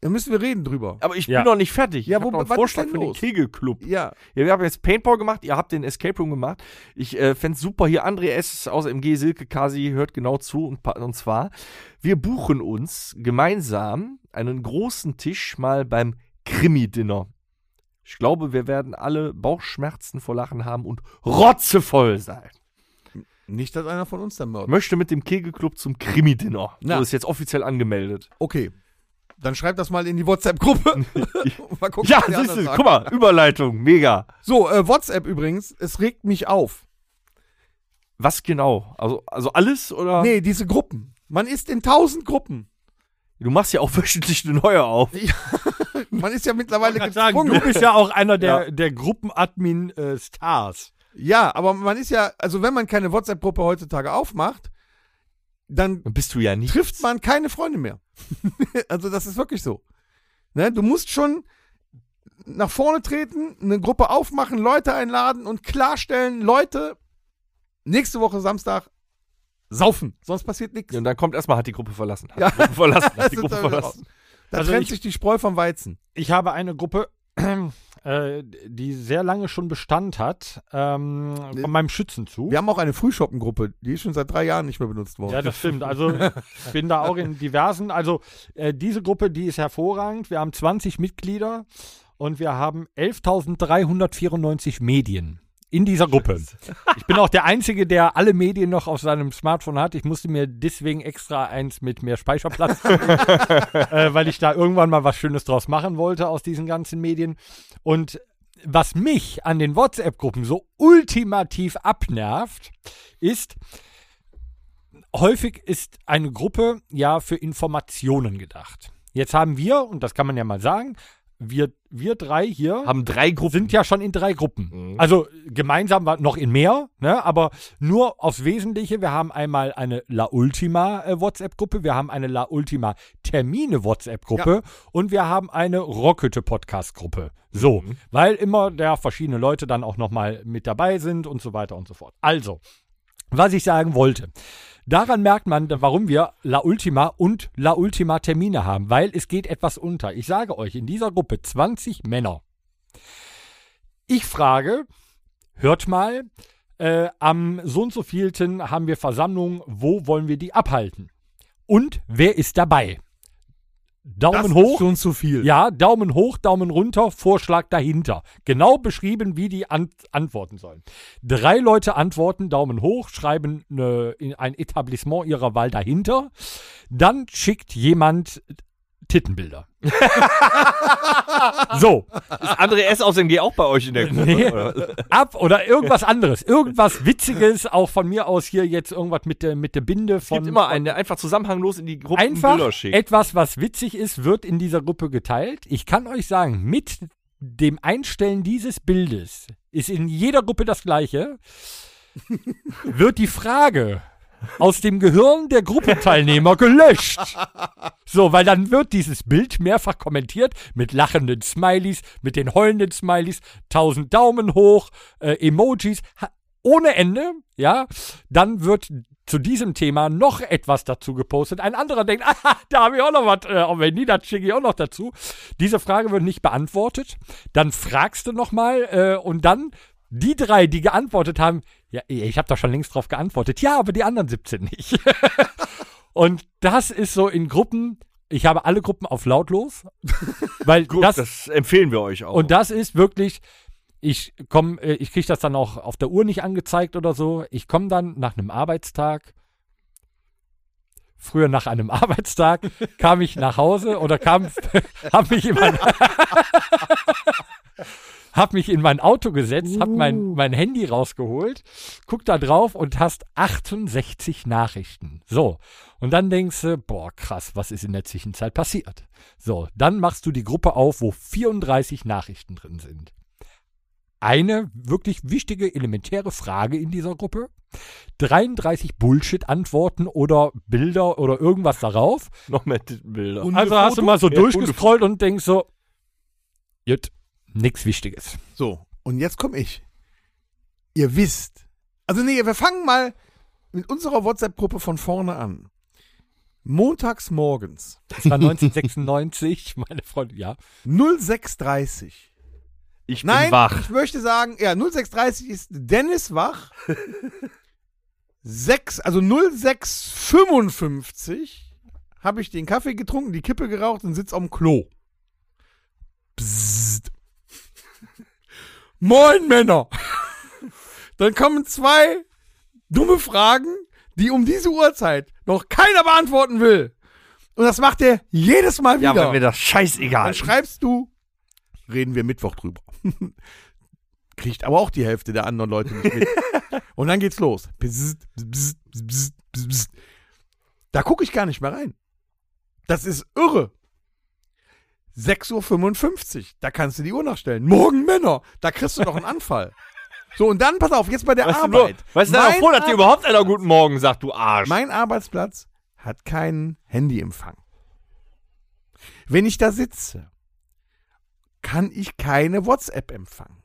Da müssen wir reden drüber. Aber ich Ja. bin noch nicht fertig. Ja, ich wo- hab noch einen was ist Vorschlag denn für den los? Kegelclub. Ja. Ja, wir haben jetzt Paintball gemacht, ihr habt den Escape Room gemacht. Ich äh, fänd's super, hier André S. aus MG Silke Kasi hört genau zu. Und, pa- und zwar, wir buchen uns gemeinsam einen großen Tisch mal beim Krimi-Dinner. Ich glaube, wir werden alle Bauchschmerzen vor Lachen haben und rotzevoll sein. Nicht, dass einer von uns dann Ich mördet. möchte mit dem Kegelclub zum Krimi-Dinner. Na. So ist jetzt offiziell angemeldet. Okay. Dann schreib das mal in die WhatsApp-Gruppe. mal gucken, Ja, was die siehst anderen du, sagen. guck mal, Überleitung, mega. So, äh, WhatsApp übrigens, es regt mich auf. Was genau? Also, also alles oder? Nee, diese Gruppen. Man ist in tausend Gruppen. Du machst ja auch wöchentlich eine neue auf. Man ist ja mittlerweile gezwungen. du bist ja auch einer der, der äh, Gruppenadmin-Stars. ja, aber man ist ja, also wenn man keine WhatsApp-Gruppe heutzutage aufmacht, dann Dann bist du ja nicht. trifft man keine Freunde mehr. also das ist wirklich so. Ne? Du musst schon nach vorne treten, eine Gruppe aufmachen, Leute einladen und klarstellen, Leute, nächste Woche Samstag saufen, sonst passiert nichts. Ja, und dann kommt erstmal, hat die Gruppe verlassen. Hat die Gruppe verlassen, hat die Gruppe verlassen. Da Also trennt ich- sich die Spreu vom Weizen. Ich habe eine Gruppe, äh, die sehr lange schon Bestand hat, ähm, Nee. von meinem Schützenzug. Wir haben auch eine Frühschoppengruppe, die ist schon seit drei Jahren nicht mehr benutzt worden. Ja, das stimmt. Also ich bin da auch in diversen. Also äh, diese Gruppe, die ist hervorragend. Wir haben 20 Mitglieder und wir haben 11.394 Medien in dieser Gruppe. Ich bin auch der Einzige, der alle Medien noch auf seinem Smartphone hat. Ich musste mir deswegen extra eins mit mehr Speicherplatz, äh, weil ich da irgendwann mal was Schönes draus machen wollte aus diesen ganzen Medien. Und was mich an den WhatsApp-Gruppen so ultimativ abnervt, ist, häufig ist eine Gruppe ja für Informationen gedacht. Jetzt haben wir, und das kann man ja mal sagen, wir, wir drei hier Haben drei Gruppen. sind ja schon in drei Gruppen. Also gemeinsam war noch in mehr, ne? aber nur aufs Wesentliche. Wir haben einmal eine La Ultima äh, WhatsApp-Gruppe, wir haben eine La Ultima Termine WhatsApp-Gruppe und wir haben eine Rockete Podcast-Gruppe. So, weil immer da verschiedene Leute dann auch nochmal mit dabei sind und so weiter und so fort. Also, was ich sagen wollte. Daran merkt man, warum wir La Ultima und La Ultima Termine haben, weil es geht etwas unter. Ich sage euch, in dieser Gruppe 20 Männer. Ich frage, hört mal, äh, am so und so vielten haben wir Versammlung, wo wollen wir die abhalten? Und wer ist dabei? Daumen das hoch. ist schon zu viel. Ja, Daumen hoch, Daumen runter, Vorschlag dahinter. Genau beschrieben, wie die an antworten sollen. Drei Leute antworten, Daumen hoch, schreiben ne, in ein Etablissement ihrer Wahl dahinter. Dann schickt jemand Tittenbilder. so, Ist André S. aus MG auch bei euch in der Gruppe? Nee. Oder? ab oder irgendwas anderes. Irgendwas Witziges, auch von mir aus hier jetzt irgendwas mit der, mit der Binde Es von. gibt immer einen, der einfach zusammenhanglos in die Gruppen Bilder einfach schickt. etwas, was witzig ist, wird in dieser Gruppe geteilt. Ich kann euch sagen, mit dem Einstellen dieses Bildes ist in jeder Gruppe das gleiche, wird die Frage aus dem Gehirn der Gruppenteilnehmer gelöscht. So, weil dann wird dieses Bild mehrfach kommentiert mit lachenden Smileys, mit den heulenden Smileys, tausend Daumen hoch, äh, Emojis, ha- ohne Ende, ja. Dann wird zu diesem Thema noch etwas dazu gepostet. Ein anderer denkt, ah, da habe ich auch noch was, äh, und wenn nie, das schicke ich auch noch dazu. Diese Frage wird nicht beantwortet. Dann fragst du nochmal äh, und dann die drei, die geantwortet haben, ja, ich habe doch schon längst drauf geantwortet. Ja, aber die anderen 17 nicht. Und das ist so in Gruppen, ich habe alle Gruppen auf lautlos, weil Gut, das, das, empfehlen wir euch auch. und das ist wirklich ich komme ich kriege das dann auch auf der Uhr nicht angezeigt oder so. Ich komme dann nach einem Arbeitstag Früher nach einem Arbeitstag kam ich nach Hause oder kam, hab mich in mein, hab mich in mein Auto gesetzt, hab mein, mein Handy rausgeholt, guck da drauf und hast 68 Nachrichten. So. Und dann denkst du, boah, krass, was ist in der Zwischenzeit passiert? So. Dann machst du die Gruppe auf, wo 34 Nachrichten drin sind. Eine wirklich wichtige, elementäre Frage in dieser Gruppe. 33 Bullshit-Antworten oder Bilder oder irgendwas darauf. noch mehr T- Bilder. Und- Also hast du mal so Ja, durchgescrollt und denkst so, jut, nix Wichtiges. So, und jetzt komme ich. Ihr wisst. Also nee, wir fangen mal mit unserer WhatsApp-Gruppe von vorne an. Montags morgens, Das war 1996, meine Freunde, ja. 0630. ich bin Nein, wach. ich möchte sagen, ja, 0630 ist Dennis wach. 6, also 0655 habe ich den Kaffee getrunken, die Kippe geraucht und sitz am Klo. Psst. Moin Männer. Dann kommen zwei dumme Fragen, die um diese Uhrzeit noch keiner beantworten will. Und das macht er jedes Mal wieder. Ja, weil mir das scheißegal. Dann schreibst du, reden wir Mittwoch drüber. Kriegt aber auch die Hälfte der anderen Leute nicht mit. Und dann geht's los. Bzzzt, bzzzt, bzzzt, bzzzt. Da gucke ich gar nicht mehr rein. Das ist irre. 6.55 Uhr, da kannst du die Uhr nachstellen. Morgen Männer, da kriegst du doch einen Anfall. So, und dann, pass auf, jetzt bei der weißt du nur, Arbeit. weißt du, Mein froh, dass dir Ar- überhaupt einer guten Morgen sagt, du Arsch. mein Arbeitsplatz hat keinen Handyempfang. Wenn ich da sitze, kann ich keine WhatsApp empfangen.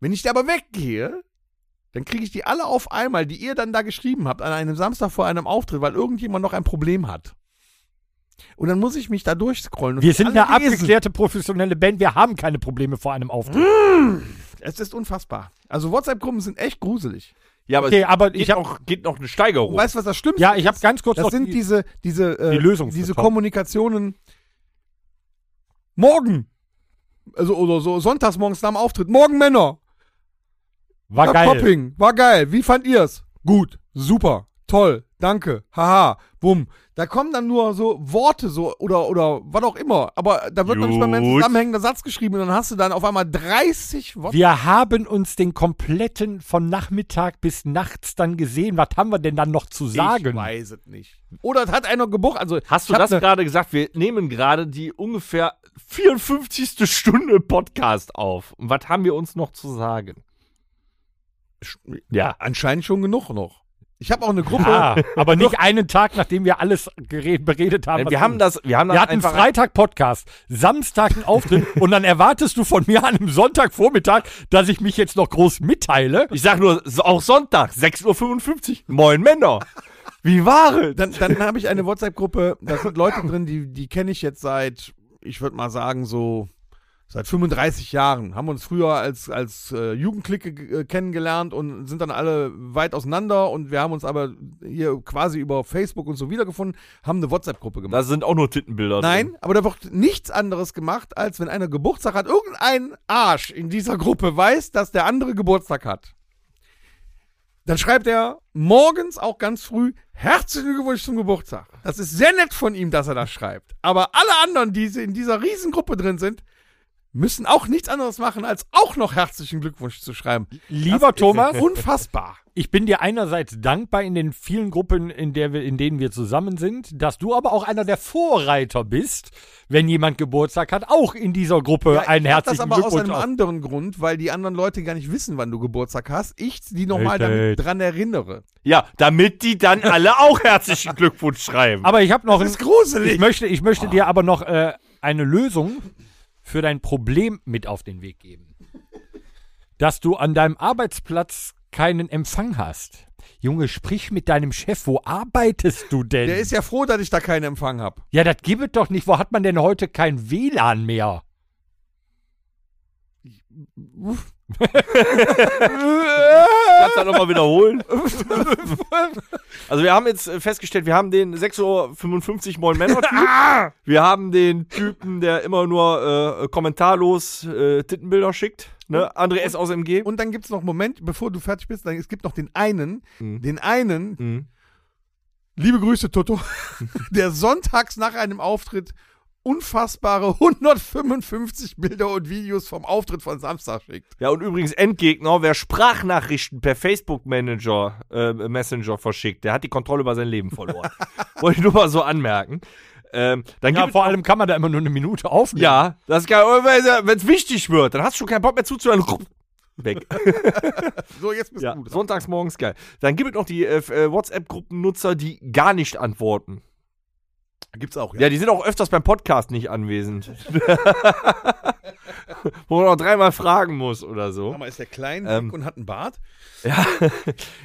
Wenn ich da aber weggehe, dann kriege ich die alle auf einmal, die ihr dann da geschrieben habt, an einem Samstag vor einem Auftritt, weil irgendjemand noch ein Problem hat. Und dann muss ich mich da durchscrollen. Und Wir sind alle eine lesen. Hm? abgeklärte professionelle Band, wir haben keine Probleme vor einem Auftritt. Es ist unfassbar. Also WhatsApp-Gruppen sind echt gruselig. ja, aber Okay, aber geht, ich habe noch, geht noch eine Und Steigerung. weißt du, was das Schlimmste Oh. ja, ich habe ganz kurz Das noch sind die- diese, diese, äh, die Lösung diese für Tom. Kommunikationen morgen. Also oder so, sonntags morgens nach dem Auftritt. Morgen Männer. war Ja, geil. Popping. War geil. Wie fand ihr's? Gut. Super. Toll. Danke. Haha. Bumm. Da kommen dann nur so Worte so oder oder was auch immer. Aber da wird dann nicht mal mehr ein Gut. zusammenhängender Satz geschrieben und dann hast du dann auf einmal 30 Worte. Wir haben uns den kompletten von Nachmittag bis nachts dann gesehen. Was haben wir denn dann noch zu sagen? Ich weiß es nicht. Oder es hat einer gebucht. Also Hast du ich hab das ne- gerade gesagt? Wir nehmen gerade die ungefähr 54. Stunde Podcast auf. Und was haben wir uns noch zu sagen? Ja. Anscheinend schon genug noch. Ich habe auch eine Gruppe. Ja, Ah, aber nicht einen Tag, nachdem wir alles gered, beredet haben. wir was haben uns- das, wir haben das Wir hatten einfach- Freitag-Podcast, Samstag einen Auftritt und dann erwartest du von mir an einem Sonntagvormittag, dass ich mich jetzt noch groß mitteile. Ich sag nur, so- auch Sonntag, 6.55 Uhr. Moin Männer. Wie war es? Dann, dann habe ich eine WhatsApp-Gruppe, da sind Leute drin, die, die kenne ich jetzt seit, ich würde mal sagen, so seit 35 Jahren. Haben uns früher als, als äh, Jugendclique äh, kennengelernt und sind dann alle weit auseinander und wir haben uns aber hier quasi über Facebook und so wiedergefunden, haben eine WhatsApp-Gruppe gemacht. Da sind auch nur Tittenbilder Nein, aber da wird nichts anderes gemacht, als wenn einer Geburtstag hat, irgendein Arsch in dieser Gruppe weiß, dass der andere Geburtstag hat. Dann schreibt er morgens auch ganz früh, herzlichen Glückwunsch zum Geburtstag. Das ist sehr nett von ihm, dass er das schreibt. Aber alle anderen, die in dieser Riesengruppe drin sind, müssen auch nichts anderes machen, als auch noch herzlichen Glückwunsch zu schreiben. Lieber Thomas, Unfassbar. ich bin dir einerseits dankbar in den vielen Gruppen, in, der wir, in denen wir zusammen sind, dass du aber auch einer der Vorreiter bist, wenn jemand Geburtstag hat, auch in dieser Gruppe Ja, einen ich hab herzlichen Das aber aus Glückwunsch. einem aus- anderen Grund, weil die anderen Leute gar nicht wissen, wann du Geburtstag hast. Ich die nochmal Richtig. damit dran erinnere. Ja, damit die dann alle auch herzlichen Glückwunsch schreiben. aber ich habe noch Das ein, ist gruselig. Ah. ich möchte, ich möchte dir aber noch äh, eine Lösung für dein Problem mit auf den Weg geben. Dass du an deinem Arbeitsplatz keinen Empfang hast. Junge, sprich mit deinem Chef, wo arbeitest du denn? Der ist ja froh, dass ich da keinen Empfang habe. ja, das gibt es doch nicht. Wo hat man denn heute kein WLAN mehr? Kannst du das nochmal wiederholen? also wir haben jetzt äh, festgestellt, wir haben den 6.55 Uhr Moin Männer Typ. wir haben den Typen, der immer nur äh, kommentarlos äh, Tittenbilder schickt. Ne? André S. aus MG. Und dann gibt es noch, Moment, bevor du fertig bist, dann, es gibt noch den einen, Mhm. den einen, Mhm. liebe Grüße Toto, der sonntags nach einem Auftritt unfassbare 155 Bilder und Videos vom Auftritt von Samstag schickt. Ja, und übrigens Endgegner, wer Sprachnachrichten per Facebook Manager, äh, Messenger verschickt, der hat die Kontrolle über sein Leben verloren. Wollte ich nur mal so anmerken. Ähm, dann Ja, gibt vor allem kann man da immer nur eine Minute aufnehmen. Ja, das kann, wenn es wichtig wird, dann hast du schon keinen Bock mehr zuzuhören. Weg. So, jetzt bist Ja, du dran. sonntags morgens geil. Dann gibt es noch die äh, F- äh, WhatsApp-Gruppennutzer, die gar nicht antworten. Gibt's auch, Ja. die sind auch öfters beim Podcast nicht anwesend. Wo man auch dreimal fragen muss oder so. Mal, ist der klein Ähm. dick und hat einen Bart? Ja.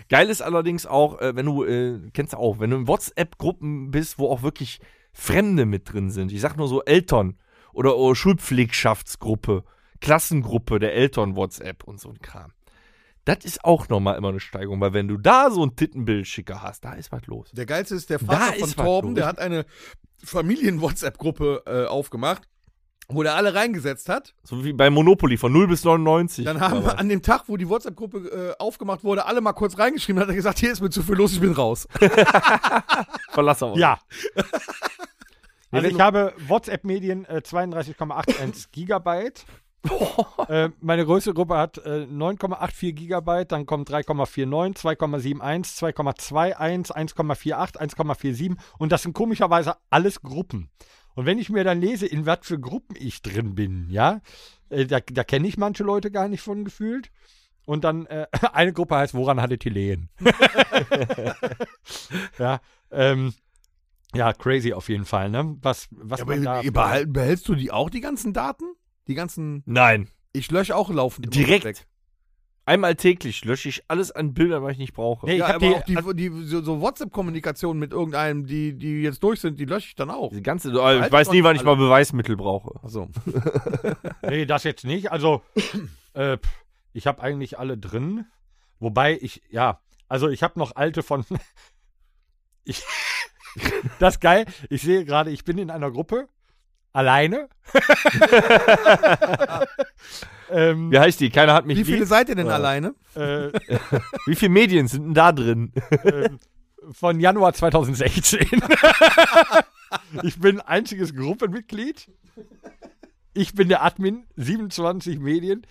Geil ist allerdings auch, äh, wenn du, äh, kennst du auch, wenn du in WhatsApp-Gruppen bist, wo auch wirklich Fremde mit drin sind. Ich sag nur so Eltern oder oh, Schulpflegschaftsgruppe, Klassengruppe der Eltern-WhatsApp und so ein Kram. Das ist auch nochmal immer eine Steigung, weil wenn du da so einen Tittenbildschicker hast, da ist was los. Der geilste ist der Vater Da von ist was Torben, los. der hat eine Familien-WhatsApp-Gruppe äh, aufgemacht, wo der alle reingesetzt hat. So wie bei Monopoly von 0 bis 99. Dann haben wir an dem Tag, wo die WhatsApp-Gruppe äh, aufgemacht wurde, alle mal kurz reingeschrieben, hat er gesagt, hier ist mir zu viel los, ich bin raus. Verlass aber. Ja. Also wenn ich du- habe WhatsApp-Medien äh, 32,81 Gigabyte. äh, meine größte Gruppe hat äh, 9,84 Gigabyte, dann kommen 3,49, 2,71, 2,21, 1,48, 1,47 und das sind komischerweise alles Gruppen. Und wenn ich mir dann lese, in was für Gruppen ich drin bin, ja, äh, da, da kenne ich manche Leute gar nicht von gefühlt. Und dann äh, eine Gruppe heißt, woran hattet ihr Lehen? ja, ähm, ja, crazy auf jeden Fall, ne? Was, was man da behal- behältst du die auch, die ganzen Daten? Die ganzen, Nein. ich lösche auch laufend. immer Direkt. weg. Einmal täglich lösche ich alles an Bildern, was ich also nicht brauche. Nee, ich Ja, hab aber die, auch die, die so, so WhatsApp-Kommunikation mit irgendeinem, die, die jetzt durch sind, die lösche ich dann auch. Diese ganze, oh, Halt ich weiß nie, doch wann ich mal alle. Beweismittel brauche. Achso. Nee, das jetzt nicht. Also, äh, pff, ich habe eigentlich alle drin. Wobei ich, ja, also ich habe noch alte von. ich, das ist geil. Ich sehe gerade, ich bin in einer Gruppe. Alleine. ähm, Wie heißt die? Keiner hat mich Wie viele lieb. seid ihr denn Ja. alleine? äh, Wie viele Medien sind denn da drin? ähm, von Januar 2016. ich bin einziges Gruppenmitglied. Ich bin der Admin 27 Medien.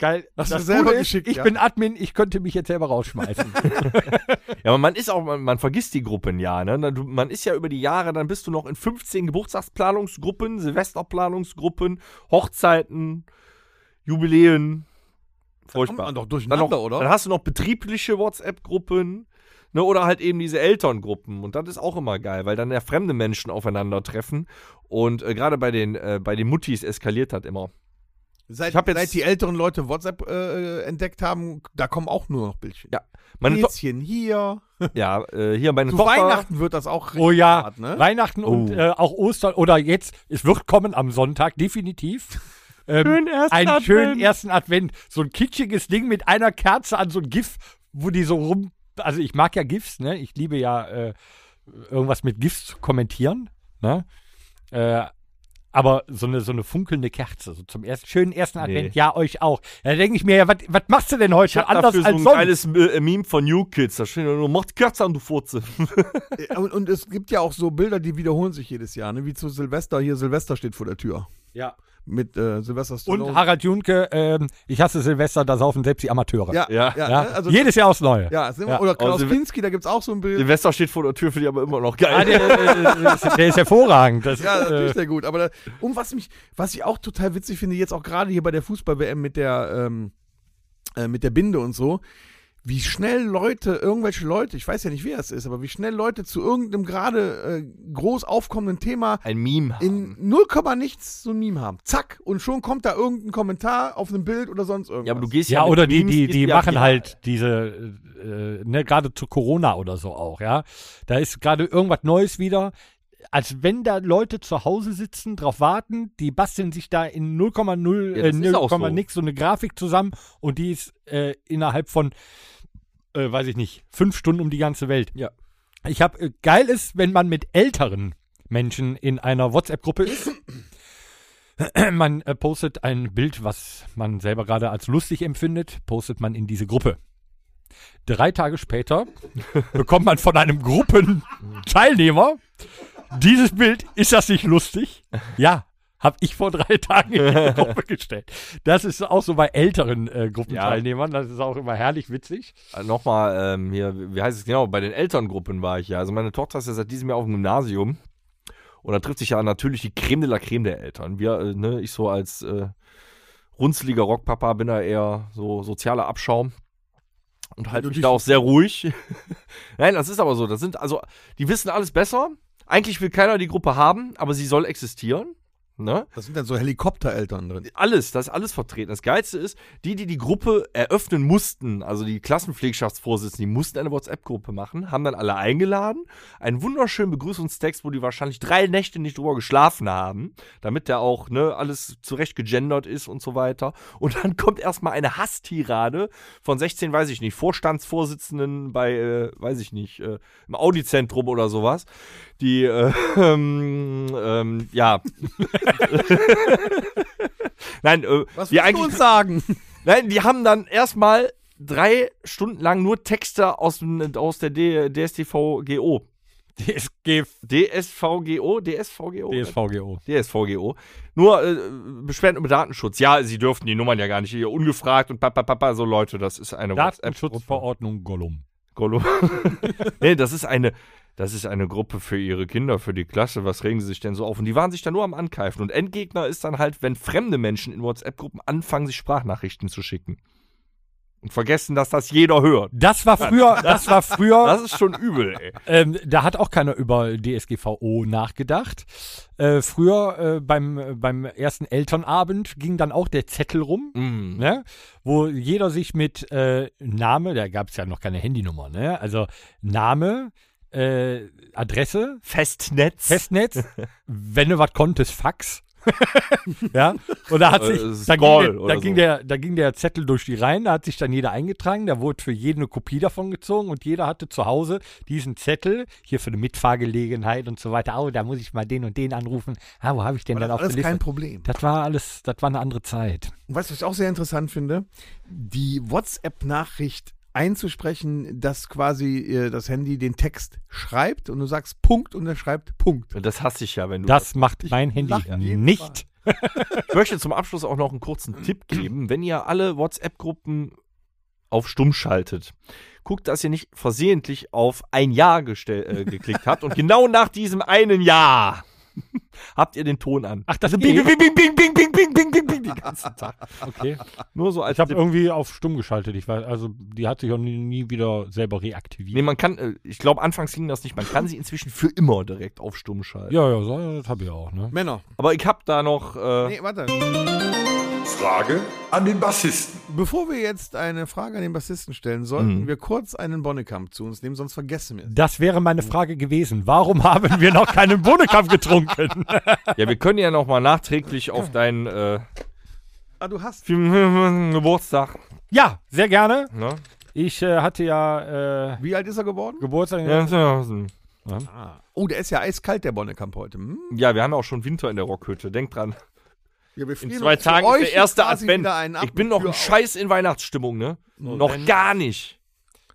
Geil. Hast du selber Coole geschickt, Ich ja. bin Admin, ich könnte mich jetzt selber rausschmeißen. Ja, aber man ist auch, man, man vergisst die Gruppen ja. Ne? Na, du- Man ist ja über die Jahre, dann bist du noch in 15 Geburtstagsplanungsgruppen, Silvesterplanungsgruppen, Hochzeiten, Jubiläen. Kommt Furchtbar. man doch Dann, durcheinander, noch, dann oder? hast du noch betriebliche WhatsApp-Gruppen. Ne, oder halt eben diese Elterngruppen. Und das ist auch immer geil, weil dann ja fremde Menschen aufeinandertreffen. Und äh, gerade bei den, äh, bei den Muttis eskaliert das immer. Seit, Ich hab jetzt- seit die älteren Leute WhatsApp äh, entdeckt haben, da kommen auch nur noch Bildchen. Ja. Meine to Bildchen hier. ja, äh, hier meine Zu Tochter. Weihnachten wird das auch oh ja, hart, ne? Weihnachten und Oh. äh, auch Ostern oder jetzt, es wird kommen am Sonntag, definitiv. Ähm, Schönen ersten einen Advent. schönen ersten Advent. So ein kitschiges Ding mit einer Kerze an so ein GIF, wo die so rum. Also ich mag ja GIFs, ne? Ich liebe ja äh, irgendwas mit GIFs zu kommentieren, ne? Äh, aber so eine, so eine funkelnde Kerze, so zum ersten, schönen ersten Advent, ja, euch auch. Da denke ich mir, ja, was machst du denn heute Ich hab anders dafür so als ein sonst? geiles äh, Meme von New Kids. Da steht nur, macht Kerze an, du Furze. äh, Und, und es gibt ja auch so Bilder, die wiederholen sich jedes Jahr, ne? wie zu Silvester. Hier, Silvester steht vor der Tür. Ja. mit äh, Sylvester Stallone. Und Harald Junke, ähm, ich hasse Silvester, da saufen selbst die Amateure. ja, Ja. ja, ja, Ja? ne? also, Jedes Jahr aufs Neue. ja, sind wir, Ja. oder Klaus Also- Kinski, da gibt es auch so ein Bild. Silvester steht vor der Tür, finde ich aber immer noch Ah, geil. der, der, ist, der ist hervorragend. Das, Ja, ist, natürlich äh, sehr gut. Aber da, und was mich, was ich auch total witzig finde, jetzt auch gerade hier bei der Fußball-WM mit der, ähm, äh, mit der Binde und so, wie schnell Leute, irgendwelche Leute, ich weiß ja nicht, wer es ist, aber wie schnell Leute zu irgendeinem gerade äh, groß aufkommenden Thema Ein Meme. in 0, nichts so ein Meme haben. Zack. Und schon kommt da irgendein Kommentar auf einem Bild oder sonst irgendwas. ja, aber du gehst ja, mit oder die, Memes, die, gehst die ja machen viral. halt diese, äh, ne, gerade zu Corona oder so auch, ja. Da ist gerade irgendwas Neues wieder. Als wenn da Leute zu Hause sitzen, drauf warten, die basteln sich da in 0,0 Ja, äh, das ist auch 0, so. nix so eine Grafik zusammen und die ist äh, innerhalb von, äh, weiß ich nicht, fünf Stunden um die ganze Welt. Ja. Ich habe äh, geil ist, wenn man mit älteren Menschen in einer WhatsApp-Gruppe ist. man äh, postet ein Bild, was man selber gerade als lustig empfindet, postet man in diese Gruppe. Drei Tage später bekommt man von einem Gruppenteilnehmer dieses Bild. Ist das nicht lustig? Ja, habe ich vor drei Tagen in die Gruppe gestellt. Das ist auch so bei älteren äh, Gruppenteilnehmern. Das ist auch immer herrlich witzig. Äh, Nochmal ähm, hier, wie heißt es genau? Bei den Elterngruppen war ich ja. Also meine Tochter ist ja seit diesem Jahr auf dem Gymnasium. Und da trifft sich ja natürlich die Creme de la Creme der Eltern. Wir, äh, ne, ich so als äh, runzliger Rockpapa bin da eher so sozialer Abschaum. Und halte du mich dich- da auch sehr ruhig. Nein, das ist aber so. Das sind, also, die wissen alles besser. Eigentlich will keiner die Gruppe haben, aber sie soll existieren. Ne? das sind dann so Helikoptereltern drin. alles, das ist alles vertreten. Das Geilste ist, die, die die Gruppe eröffnen mussten, also die Klassenpflegschaftsvorsitzenden, die mussten eine WhatsApp-Gruppe machen, haben dann alle eingeladen, einen wunderschönen Begrüßungstext, wo die wahrscheinlich drei Nächte nicht drüber geschlafen haben, damit der auch ne, alles zurecht gegendert ist und so weiter. Und dann kommt erstmal eine Hasstirade von 16, weiß ich nicht, Vorstandsvorsitzenden bei, äh, weiß ich nicht, äh, im Audi-Zentrum oder sowas, die, äh, ähm, ähm, ja. Nein, äh, Was die willst du eigentlich uns sagen? Nein, die haben dann erstmal drei Stunden lang nur Texte aus, dem- aus der D, DSTVGO. DSG, DSVGO? DSVGO? DSVGO. DSVGO. Nur äh, Beschwerden über Datenschutz. Ja, sie dürften die Nummern ja gar nicht. Hier ungefragt und papa, papa, so Leute, das ist eine WhatsApp-Gruppe. Datenschutzverordnung Gollum. Gollum. nee, das ist eine. Das ist eine Gruppe für ihre Kinder, für die Klasse. Was regen sie sich denn so auf? Und die waren sich da nur am Ankeifen. Und Endgegner ist dann halt, wenn fremde Menschen in WhatsApp-Gruppen anfangen, sich Sprachnachrichten zu schicken. Und vergessen, dass das jeder hört. Das war früher, das war früher, Das ist schon übel, ey. ähm, da hat auch keiner über DSGVO nachgedacht. Äh, früher äh, beim, äh, beim ersten Elternabend ging dann auch der Zettel rum, Mm. ne? wo jeder sich mit äh, Name, da gab es ja noch keine Handynummer, ne? also Name, äh, Adresse, Festnetz. Festnetz, wenn du was konntest, Fax. ja, und da hat Äh, sich, da, Skoll ging, der, oder da, ging so. der, da ging der Zettel durch die Reihen, da hat sich dann jeder eingetragen, da wurde für jeden eine Kopie davon gezogen und jeder hatte zu Hause diesen Zettel, hier für eine Mitfahrgelegenheit und so weiter. Oh, da muss ich mal den und den anrufen. Ah, wo habe ich den Das dann ist auf der alles Liste? kein Problem. Das war alles, das war eine andere Zeit. Und weißt du, was ich auch sehr interessant finde? Die WhatsApp-Nachricht einzusprechen, dass quasi äh, das Handy den Text schreibt und du sagst Punkt und er schreibt Punkt. Das hasse ich ja, wenn du. Das macht mein lach Handy jeden nicht. Ich möchte zum Abschluss auch noch einen kurzen Tipp geben. Wenn ihr alle WhatsApp-Gruppen auf stumm schaltet, guckt, dass ihr nicht versehentlich auf ein Jahr gestell, äh, geklickt habt. Und genau nach diesem einen Jahr habt ihr den Ton an. Ach, Also das Bing, geht? bing, bing, bing, bing, bing, bing, bing, bing, bing, den ganzen Tag. Okay. Nur so als Ich habe Tipp. irgendwie auf stumm geschaltet. Ich war, also die hat sich auch nie, nie wieder selber reaktiviert. Nee, man kann, äh, ich glaube, anfangs ging das nicht. Man kann sie inzwischen für immer direkt auf stumm schalten. Ja, ja, so, ja, das habe ich auch, ne? Männer. Aber ich habe da noch. Äh, Nee, warte. Frage an den Bassisten. Bevor wir jetzt eine Frage an den Bassisten stellen, sollten Mhm. wir kurz einen Bonnekamp zu uns nehmen, sonst vergessen wir es. Das wäre meine Frage gewesen. Warum haben wir noch keinen Bohnenkampf getrunken? Ja, wir können ja noch mal nachträglich auf deinen äh, Ah, du hast. Geburtstag. ja, sehr gerne. Ne? Ich äh, hatte ja äh, Wie alt ist er geworden? Geburtstag. Ja, Oh, der ist ja eiskalt, der Bonnekamp heute. Hm? wir haben ja auch schon Winter in der Rockhütte. Denk dran. Ja, wir frieren In zwei uns für Tagen euch ist der erste quasi Advent. wieder einen ab Ich bin noch für ein Scheiß in Weihnachtsstimmung, ne? So, noch wenn- gar nicht.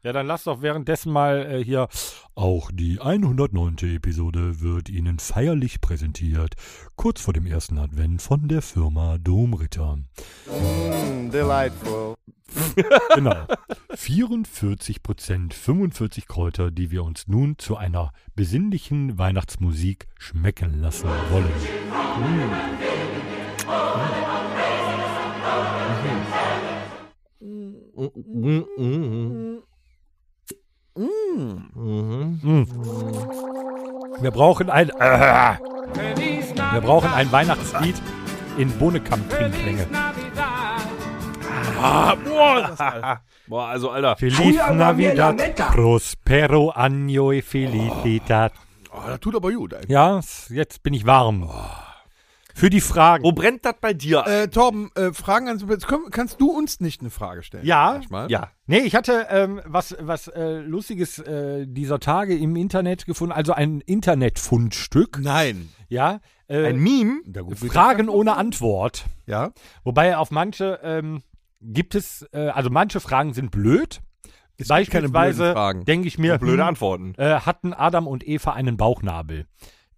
Ja, dann lasst doch währenddessen mal äh, hier. Auch die 109. Episode wird Ihnen feierlich präsentiert, kurz vor dem ersten Advent von der Firma Domritter. Delightful. Genau. 44 Prozent 45 Kräuter, die wir uns nun zu einer besinnlichen Weihnachtsmusik schmecken lassen wollen. Mm. Wir brauchen ein. Wir brauchen ein Weihnachtslied in Bohnenkamp-Klänge. Boah, also, Alter. Feliz Navidad, Prospero Año y Felicidad. Oh, das tut aber gut. Ey. Ja, s- jetzt bin ich warm. Oh. Für die Um, Fragen. Wo brennt das bei dir? Äh, Torben, äh, Fragen an jetzt können, kannst du uns nicht eine Frage stellen? Ja, manchmal? ja. Nee, ich hatte ähm, was, was äh, Lustiges äh, dieser Tage im Internet gefunden, also ein Internetfundstück. Nein. Ja. Äh, Hm. Ein Meme? Da gut, bitte. Fragen ohne Antwort. Ja. Wobei auf manche ähm, gibt es, äh, also manche Fragen sind blöd. Es gibt keine blöden Beispielsweise Fragen. denke ich mir, Blöde hm, Antworten. äh, hatten Adam und Eva einen Bauchnabel?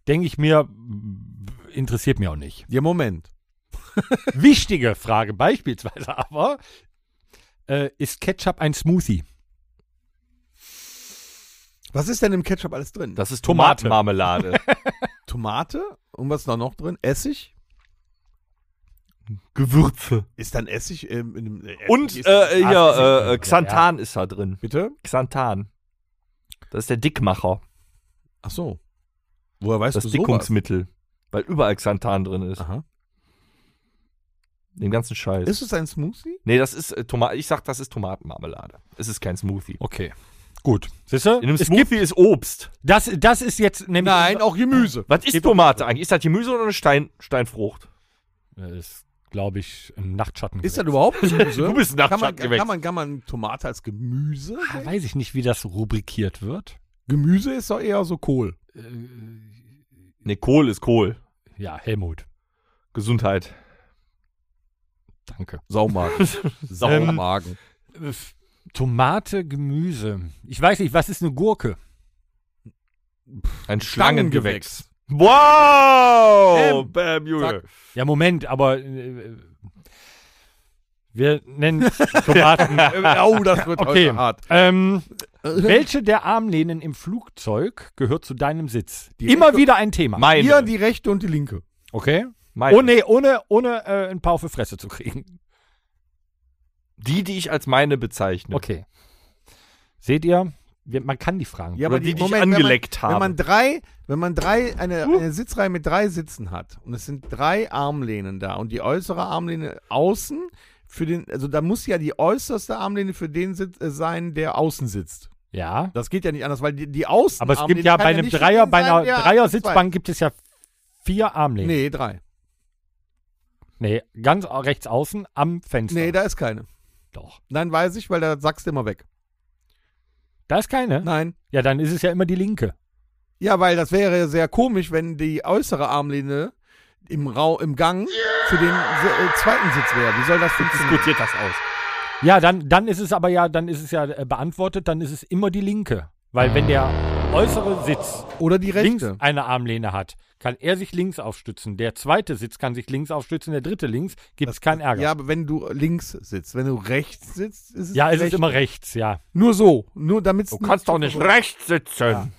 Denke ich mir, b- interessiert mir auch nicht. Ja, Moment. Wichtige Frage beispielsweise aber, äh, ist Ketchup ein Smoothie? Was ist denn im Ketchup alles drin? Das ist Tomate. Tomatenmarmelade. Tomate und was ist da noch drin? Essig? Gewürze. Ist dann Essig ähm, in einem, äh, Essig Und ist- äh, Ah, hier, äh, ja, äh, Xanthan ist da drin. bitte? Xanthan. Das ist der Dickmacher, Ach so. Woher weißt das du sowas? Dickungsmittel. Weil überall Xanthan drin ist. Aha. Den ganzen Scheiß. Ist es ein Smoothie? nee, das ist äh, Toma Ich sag, das ist Tomatenmarmelade. Es ist kein Smoothie. Okay. Gut. Siehst du? In einem Smoothie ist Obst. Das, das ist jetzt nämlich. auch Gemüse. Was ist Geht Tomate eigentlich? Ist das Gemüse oder eine Stein Steinfrucht? Das ist, glaube ich, ein Nachtschatten. Ist das überhaupt Gemüse? Du bist E. ein kann man, Nachtschattengewächs. kann, man, kann man Tomate als Gemüse? Ah, weiß ich nicht, wie das rubrikiert wird. Gemüse ist doch eher so Kohl. Nee, Kohl ist Kohl. Ja, Helmut. Gesundheit. Danke. Saumagen. Saumagen. Äh, Tomate, Gemüse. Ich weiß nicht, was ist eine Gurke? Ein Schlangengewächs. Schlangengewächs. Oh, Wow! Ähm, Bam, Junge. Ja, Moment, aber äh, wir nennen Tomaten. oh, das wird Okay. heute hart. ähm, welche der Armlehnen im Flugzeug gehört zu deinem Sitz? Die Immer rechte- wieder ein Thema. Meine. Hier die rechte und die linke. okay. Meine. Oh nee, ohne, ohne äh, ein paar auf die Fresse zu kriegen. Die, die ich als meine bezeichne. Okay. Seht ihr? Wir, man kann die Fragen. Ja, Oder aber die, die ich Moment, wenn man- angeleckt Wenn habe. man drei, wenn man drei, eine, Hm? eine Sitzreihe mit drei Sitzen hat und es sind drei Armlehnen da und die äußere Armlehne außen für den, also da muss ja die äußerste Armlehne für den Sitz, äh, sein, der außen sitzt. ja. Das geht ja nicht anders, weil die, die Außen. Aber es gibt ja bei einem Dreier, bei einer Dreier-Sitzbank gibt es ja vier Armlehnen. Nee, drei. Nee. ganz au- rechts außen am Fenster. Nee, da ist keine. doch. Nein, weiß ich, weil da sackst du immer weg. Da ist keine. Nein. Ja, dann ist es ja immer die linke. Ja, weil das wäre sehr komisch, wenn die äußere Armlehne im Raum, im Gang für den se- äh, zweiten Sitz wäre. Wie soll das funktionieren? Diskutiert das aus. Ja, dann, dann ist es aber ja, dann ist es ja äh, beantwortet, dann ist es immer die linke. Weil wenn der äußere Sitz Oder die links rechte. eine Armlehne hat, kann er sich links aufstützen. Der zweite Sitz kann sich links aufstützen, der dritte links, gibt es keinen Ärger. Ja, aber wenn du links sitzt, wenn du rechts sitzt, ist es, Ja, es ist rechts. immer rechts, ja. nur so, nur damit Du kannst doch nicht rechts sitzen.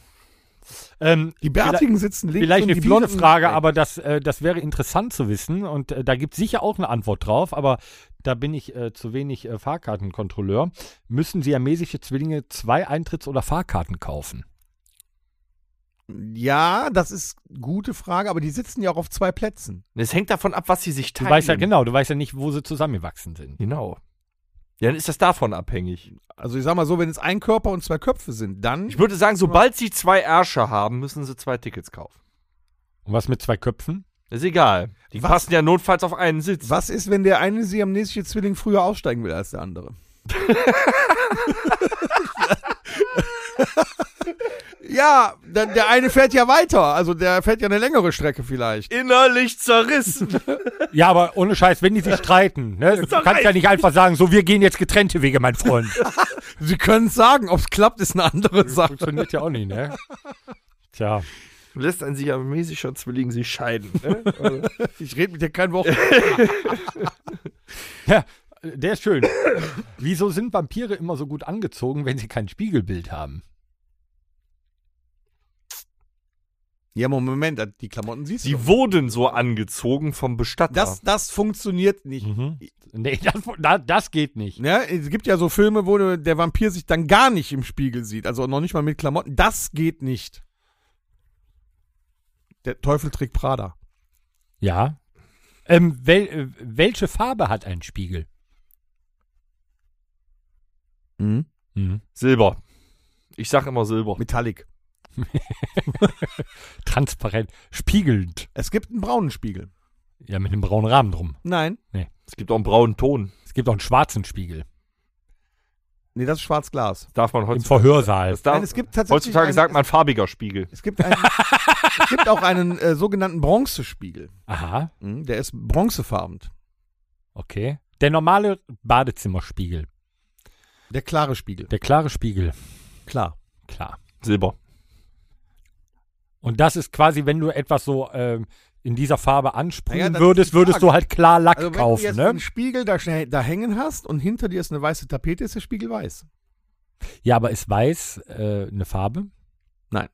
Ähm, Die Bärtigen sitzen links Vielleicht und eine die fiese Blonden Frage, rechts. aber das, äh, das wäre interessant zu wissen und äh, da gibt es sicher auch eine Antwort drauf, aber da bin ich äh, zu wenig äh, Fahrkartenkontrolleur. Müssen siamesische Zwillinge zwei Eintritts- oder Fahrkarten kaufen? ja, das ist gute Frage, aber die sitzen ja auch auf zwei Plätzen. Es hängt davon ab, was sie sich Du teilen. weißt ja genau, du weißt ja nicht, wo sie zusammengewachsen sind. Genau. Ja, dann ist das davon abhängig. Also ich sag mal so, wenn es ein Körper und zwei Köpfe sind, dann Ich würde sagen, sobald sie zwei Ärsche haben, müssen sie zwei Tickets kaufen. Und was mit zwei Köpfen? Ist egal. Die Was? passen ja notfalls auf einen Sitz. was ist, wenn der eine siamnesische Zwilling früher aussteigen will als der andere? Ja, der, der eine fährt ja weiter. Also der fährt ja eine längere Strecke vielleicht. Innerlich zerrissen. Ja, aber ohne Scheiß, wenn die sich streiten, ne, du kannst ja nicht einfach sagen, so, wir gehen jetzt getrennte Wege, mein Freund. Sie können es sagen, ob es klappt, ist eine andere Sache. Funktioniert ja auch nicht, ne? Tja. Lässt ein siamesischer Zwilling sie scheiden. Ne? Ich rede mit dir kein Wort. ja. Der ist schön. Wieso sind Vampire immer so gut angezogen, wenn sie kein Spiegelbild haben? Ja, Moment, die Klamotten siehst du. Sie wurden so angezogen vom Bestatter. Das, das funktioniert nicht. Mhm. Nee, das, da- das geht nicht. Ne? Es gibt ja so Filme, wo du- der Vampir sich dann gar nicht im Spiegel sieht. Also noch nicht mal mit Klamotten. Das geht nicht. Der Teufel trägt Prada. Ja. Ähm, wel, äh, welche Farbe hat ein Spiegel? Mhm. Silber. Ich sag immer Silber. Metallic. Transparent, spiegelnd. Es gibt einen braunen Spiegel. Ja, mit einem braunen Rahmen drum. Nein. Es gibt auch einen braunen Ton. Es gibt auch einen schwarzen Spiegel. Nee, das ist Schwarzglas. Darf man Im heutzutage. Verhörsaal. Das darf, Nein, es gibt tatsächlich heutzutage einen- sagt man farbiger Spiegel. Es gibt, einen, es gibt auch einen äh, sogenannten Bronzespiegel. Aha, Mhm, Der ist bronzefarben. okay. Der normale Badezimmerspiegel. Der klare Spiegel. Der klare Spiegel. Klar. Klar. Silber. Und das ist quasi, wenn du etwas so ähm, in dieser Farbe ansprühen Naja, das ist würdest, die würdest du Frage. halt klar Lack Also wenn du kaufen, jetzt ne? einen Spiegel da, schnell- da hängen hast und hinter dir ist eine weiße Tapete, ist der Spiegel weiß. Ja, aber ist weiß äh, eine Farbe? Nein.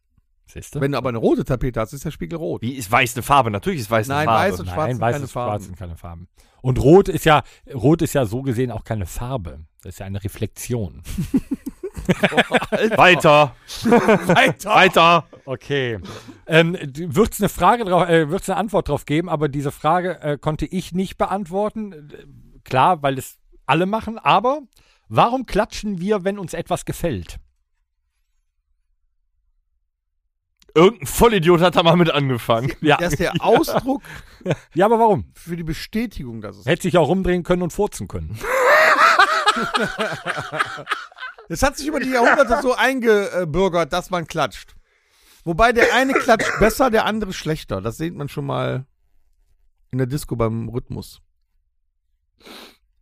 Siehst du? Wenn du aber eine rote Tapete hast, ist der Spiegel rot. Wie ist weiß eine Farbe? Natürlich ist weiß eine Nein, Farbe. weiß und schwarz Nein, sind weiß keine ist Farben. schwarz sind keine Farben. Und rot ist ja, rot ist ja so gesehen auch keine Farbe. Das ist ja eine Reflexion. Weiter. Weiter. Weiter. Okay. Ähm, Wird es eine Frage drauf, äh, wird's eine Antwort drauf geben, aber diese Frage äh, konnte ich nicht beantworten. Äh, Klar, weil es alle machen, aber warum klatschen wir, wenn uns etwas gefällt? Irgendein Vollidiot hat da mal mit angefangen. Ja, Das ist der Ausdruck ja aber warum? für die Bestätigung, dass es. Hätte sich auch rumdrehen können und furzen können. Es hat sich über die Jahrhunderte so eingebürgert, dass man klatscht. Wobei der eine klatscht besser, der andere schlechter. Das sieht man schon mal in der Disco beim Rhythmus.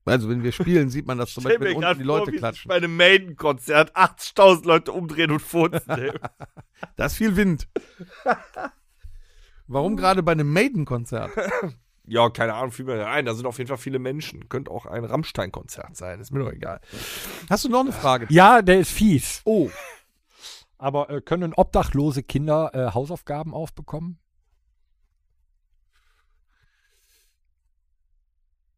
Also wenn wir spielen, sieht man das zum Beispiel, wenn unten die Leute klatschen. bei einem Maiden-Konzert 80.000 Leute umdrehen und furzen. Da ist viel Wind. Warum gerade bei einem Maiden-Konzert? ja, keine Ahnung, fiel mir ein. Da sind auf jeden Fall viele Menschen. Könnte auch ein Rammstein-Konzert sein. Ist mir doch egal. Hast du noch eine Frage? Ja, der ist fies. Oh, Aber äh, können obdachlose Kinder äh, Hausaufgaben aufbekommen?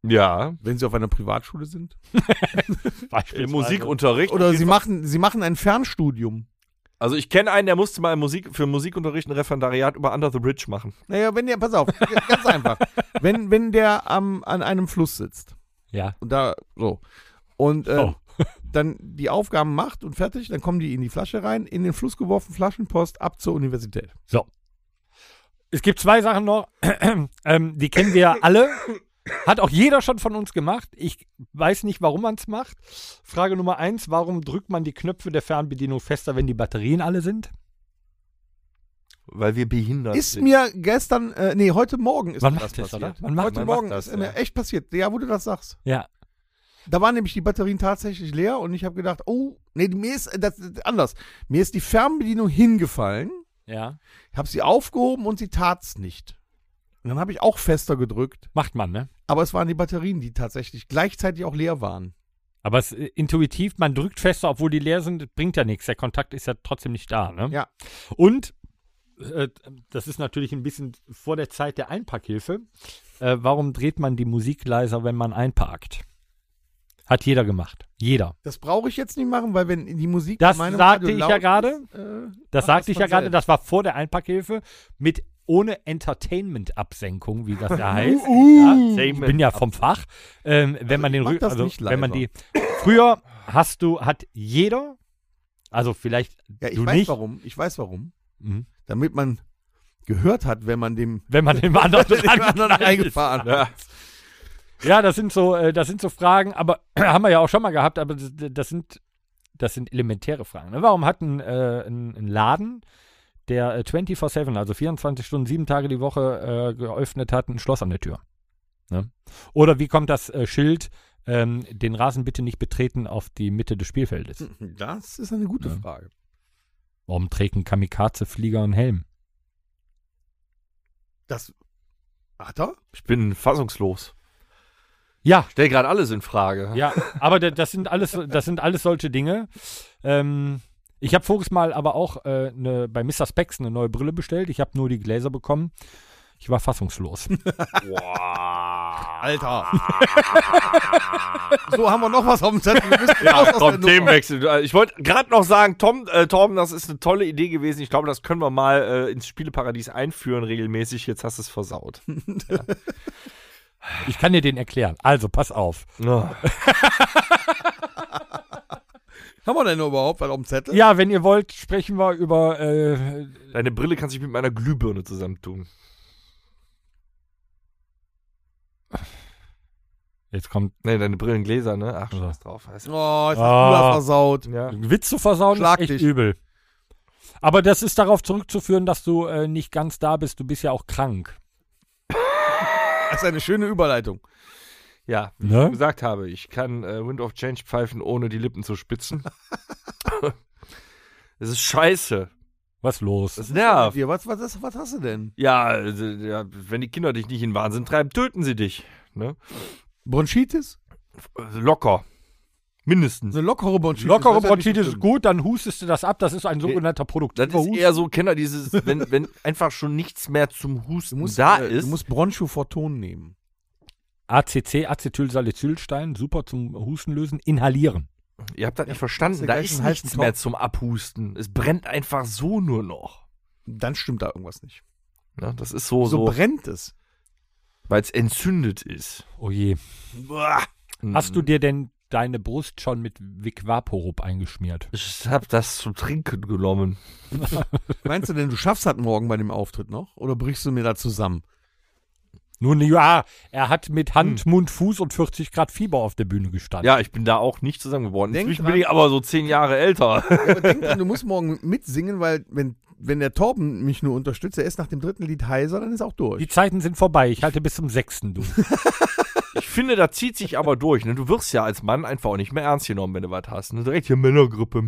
Ja. wenn sie auf einer Privatschule sind? Im Musikunterricht. Oder sie machen, sie machen ein Fernstudium. Also ich kenne einen, der musste mal im Musik, für Musikunterricht ein Referendariat über Under the Bridge machen. Naja, wenn der, pass auf, ganz einfach. Wenn, wenn der am, an einem Fluss sitzt Ja. und da so und äh, Oh. dann die Aufgaben macht und fertig, dann kommen die in die Flasche rein, in den Fluss geworfen, Flaschenpost, ab zur Universität. Es gibt zwei Sachen noch, ähm, die kennen wir ja alle. Hat auch jeder schon von uns gemacht. Ich weiß nicht, warum man es macht. Frage Nummer eins: Warum drückt man die Knöpfe der Fernbedienung fester, wenn die Batterien alle sind? Weil wir behindert ist sind. mir gestern, äh, nee, heute Morgen ist Man mir macht das das, oder? passiert. Man macht- heute man Morgen macht das, ist mir ja. echt passiert. Ja, wo du das sagst. Ja. Da waren nämlich die Batterien tatsächlich leer und ich habe gedacht, oh, nee, mir ist äh, das, das anders. Mir ist die Fernbedienung hingefallen Ja. habe sie aufgehoben und sie tat's nicht. Und dann habe ich auch fester gedrückt, Macht man, ne? aber es waren die Batterien, die tatsächlich gleichzeitig auch leer waren. Aber es ist intuitiv, man drückt fester, obwohl die leer sind, bringt ja nichts. Der Kontakt ist ja trotzdem nicht da, ne? Ja. Und äh, das ist natürlich ein bisschen vor der Zeit der Einparkhilfe. Äh, warum dreht man die Musik leiser, wenn man einparkt? Hat jeder gemacht. Jeder. Das brauche ich jetzt nicht machen, weil wenn die Musik Das in meinem sagte Radio ich laut ja gerade. ist, äh, Das macht sagte ich ja von gerade, selbst. das war vor der Einparkhilfe mit ohne Entertainment-Absenkung, wie das Uh. ja heißt. ja, ich bin ja vom Fach. Ähm, wenn man den mach Rü- das also, nicht wenn man die leiser. früher hast du hat jeder also vielleicht Ja, ich du weiß nicht, warum. Ich weiß warum. Mhm. Damit man gehört hat, wenn man dem wenn man dem anderen anderen eingefahren hat. Ja, das sind so, äh, das sind so Fragen, aber haben wir ja auch schon mal gehabt, aber das, das sind Das sind elementäre Fragen. Ne? Warum hat ein, äh, ein, ein Laden, der äh, 24-7, also 24 Stunden, sieben Tage die Woche äh, geöffnet hat, ein Schloss an der Tür? Ne? Oder wie kommt das äh, Schild, ähm, den Rasen bitte nicht betreten, auf die Mitte des Spielfeldes? Hm. Das ist eine gute Ja. Frage. Warum trägt ein Kamikaze-Flieger einen Helm? Das hat er? Ich bin fassungslos. Ja, Stell gerade alles in Frage. Ja, aber da- das sind alles, das sind alles solche Dinge. Ähm, ich habe voriges Mal aber auch äh, ne, bei Mr. Specs eine neue Brille bestellt. Ich habe nur die Gläser bekommen. Ich war fassungslos. Alter. so haben wir noch was auf dem Zettel. Wir müssen raus aus der Komm, Nummer. Themenwechsel. Du, äh, Ich wollte gerade noch sagen, Tom, äh, Tom, das ist eine tolle Idee gewesen. Ich glaube, das können wir mal äh, ins Spieleparadies einführen regelmäßig. Jetzt hast du es versaut. Hm. Ich kann dir den erklären. Also, pass auf. Ja. Haben wir denn überhaupt was auf dem Zettel? Ja, wenn ihr wollt, sprechen wir über. Äh, Deine Brille kann sich mit meiner Glühbirne zusammentun. jetzt kommt Nee, deine Brillengläser, ne? Ach, Ja. scheiß drauf. Weißt du. Oh, ist das Ah. Bruder versaut. Ja. einen Witz zu versauen, Schlag ist echt dich. übel. Aber das ist darauf zurückzuführen, dass du äh, nicht ganz da bist. Du bist ja auch krank. Das ist eine schöne Überleitung. ja, wie Ne? ich gesagt habe, ich kann äh, Wind of Change pfeifen, ohne die Lippen zu spitzen. Es ist scheiße. Was los? Es nervt. Dir, was, was, was, was hast du denn? Ja, also, ja, wenn die Kinder dich nicht in Wahnsinn treiben, töten sie dich. Ne? Bronchitis? Also Locker. Mindestens. Eine lockere Bronchitis. Lockere Das ist ja nicht Bronchitis ist bestimmt. gut, dann hustest du das ab. Das ist ein sogenannter Das produktiver ist Husten. eher so, Kenner, dieses, wenn, wenn einfach schon nichts mehr zum Husten Du musst, da äh, ist. du musst Bronchoforton nehmen. ACC, Acetylsalicylstein, super zum Husten lösen, inhalieren. ihr habt das nicht hast ja verstanden. Da gleich ist einen heißen nichts Topf. mehr zum Abhusten. Es brennt einfach so nur noch. Dann stimmt da irgendwas nicht. Ne? Das ist so, so, So brennt es. weil es entzündet ist. Hm. Oh je. Hast du dir denn deine Brust schon mit Vicvaporub eingeschmiert? Ich hab das zum Trinken genommen. Meinst du denn, du schaffst das morgen bei dem Auftritt noch? Oder brichst du mir da zusammen? Nun ja, er hat mit Hand, Mund, Fuß und 40 Grad Fieber auf der Bühne gestanden. Ja, ich bin da auch nicht zusammengebrochen. Denk Inzwischen dran. bin ich aber so zehn Jahre älter. Aber denk dran, du musst morgen mitsingen, weil wenn, wenn der Torben mich nur unterstützt, er ist nach dem dritten Lied heiser, dann ist er auch Die durch. Zeiten sind vorbei. Ich halte bis zum sechsten du. Ich finde, da zieht sich aber durch. Ne? Du wirst ja als Mann einfach auch nicht mehr ernst genommen, wenn du was hast. Ne? Direkt hier Männergrippe.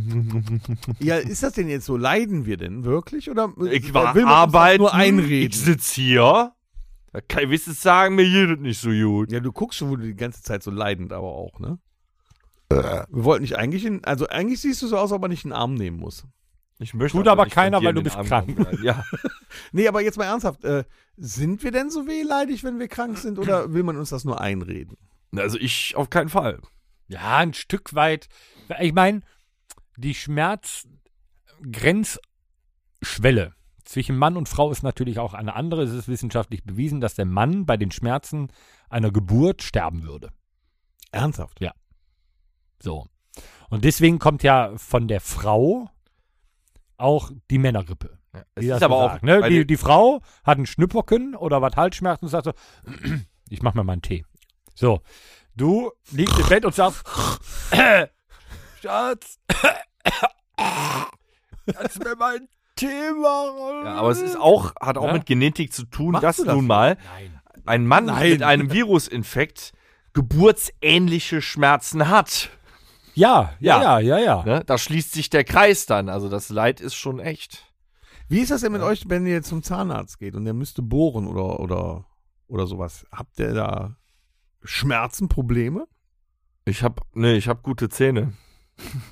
Ja, ist das denn jetzt so? Leiden wir denn wirklich? Oder äh, Ich war will man uns das arbeiten, nur einreden? ich sitz hier. Da kann ich wenigstens sagen, mir geht es nicht so gut. Ja, du guckst schon wohl die ganze Zeit so leidend, aber auch, ne? Wir wollten nicht eigentlich, in, also eigentlich siehst du so aus, als ob man nicht einen Arm nehmen muss. Ich möchte also Tut aber nicht keiner, von dir weil du in den bist Arm krank. genommen werden. Ja. Nee, aber jetzt mal ernsthaft, äh, sind wir denn so wehleidig, wenn wir krank sind oder will man uns das nur einreden? Also ich auf keinen Fall. Ja, ein Stück weit. Ich meine, die Schmerzgrenzschwelle zwischen Mann und Frau ist natürlich auch eine andere. Es ist wissenschaftlich bewiesen, dass der Mann bei den Schmerzen einer Geburt sterben würde. Ernsthaft? So. Und deswegen kommt ja von der Frau auch die Männergrippe. Es die das ist aber so auch, sagt, ne? bei die, den- die Frau hat einen Schnüpperken oder was Halsschmerzen und sagt so, ich mach mir mal einen Tee. So, du liegst im Bett und sagst, Schatz, kannst du mir mal einen Tee machen? ja, aber es ist auch, hat auch Ja. mit Genetik zu tun, Machst dass du das? nun mal Nein. ein Mann Nein. mit einem Virusinfekt geburtsähnliche Schmerzen hat. Ja, ja, ja, Ja. ja, ja. Ne? Da schließt sich der Kreis dann. Also das Leid ist schon echt. Wie ist das denn mit euch, wenn ihr zum Zahnarzt geht und der müsste bohren oder, oder, oder sowas? Habt ihr da Schmerzen, Probleme? Ich hab, nee, ich hab gute Zähne.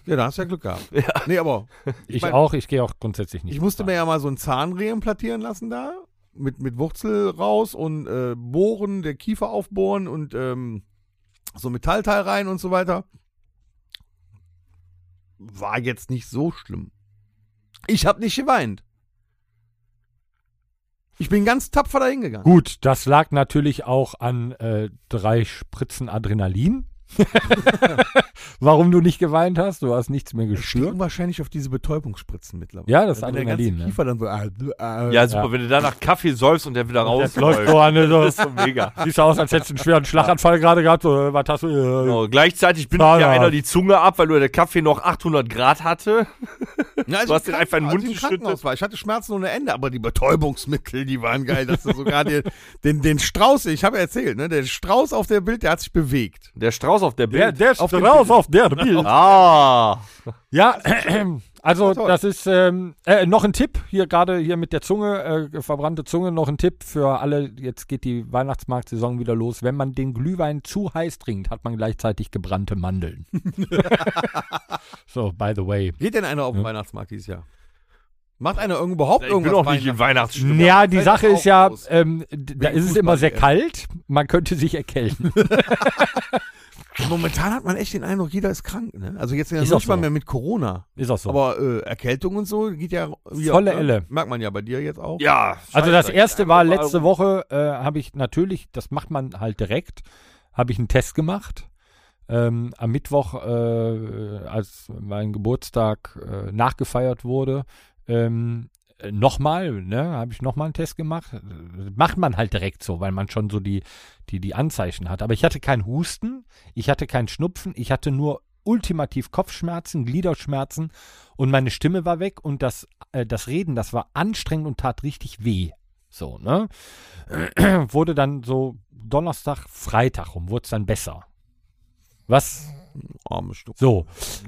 Ja, da hast du ja Glück gehabt. Ja. Nee, aber Ich mein- auch, ich gehe auch grundsätzlich nicht. Ich musste rein. mir ja mal so ein Zahn reimplantieren lassen da. Mit, mit Wurzel raus und äh, bohren, der Kiefer aufbohren und ähm, so ein Metallteil rein und so weiter. War jetzt nicht so schlimm. Ich habe nicht geweint. Ich bin ganz tapfer dahingegangen. Gut, das lag natürlich auch an äh, drei Spritzen Adrenalin. Warum du nicht geweint hast? Du hast nichts mehr gespürt. Schwirken wahrscheinlich auf diese Betäubungsspritzen mittlerweile. Ja, das ist Wenn der ganze Adrenalin. Ne? Kiefer dann so. Äh, äh, Ja, super, wenn du danach Kaffee säufst und der wieder rausläuft. so an, so. Das ist so mega. Siehst du aus, als hättest du einen schweren Schlaganfall gerade gehabt. So, äh, was hast du? Äh, Genau. Gleichzeitig bindet Zahnarzt. dir einer die Zunge ab, weil du der Kaffee noch 800 Grad hatte. Ja, also Du hast im den einfach in den Krankenhaus- Mund im geschüttet. Krankenhaus war. Ich hatte Schmerzen ohne Ende, aber die Betäubungsmittel, die waren geil, dass du sogar den, den, den Strauß, ich habe ja erzählt, ne, der Strauß auf der Bild, der hat sich bewegt. Der Strauß auf der Der, Bild. der auf raus auf der Bild. ah. Ja, also toll. das ist ähm, äh, noch ein Tipp hier gerade hier mit der Zunge, äh, verbrannte Zunge, noch ein Tipp für alle. Jetzt geht die Weihnachtsmarktsaison wieder los. Wenn man den Glühwein zu heiß trinkt, hat man gleichzeitig gebrannte Mandeln. so, by the way. Geht denn einer auf den Weihnachtsmarkt dieses Jahr? Macht einer irgendwo überhaupt Ich bin irgendwas? auch nicht in Weihnachtsstimmung. Ja, die fällt Sache auch ist ja, aus. ähm, d- da Wegen ist es immer sehr Fußball-EM. kalt. Man könnte sich erkälten. Weihnachten? Momentan hat man echt den Eindruck, jeder ist krank. Ne? Also jetzt ja Ist nicht auch mal so. mehr mit Corona. Ist auch so. Aber äh, Erkältung und so geht ja. ja Volle Elle. Merkt man ja bei dir jetzt auch. Ja. Also das scheiße. erste war Überall letzte Woche, äh, habe ich natürlich, das macht man halt direkt, habe ich einen Test gemacht. Ähm, am Mittwoch, äh, als mein Geburtstag äh, nachgefeiert wurde, ähm, äh, nochmal, ne, habe ich nochmal einen Test gemacht. Äh, Macht man halt direkt so, weil man schon so die, die, die Anzeichen hat. Aber ich hatte keinen Husten, ich hatte keinen Schnupfen, ich hatte nur ultimativ Kopfschmerzen, Gliederschmerzen und meine Stimme war weg und das, äh, das Reden, das war anstrengend und tat richtig weh. So, ne? wurde dann so Donnerstag, Freitag rum, wurde es dann besser. Was? Arme Stuck. So,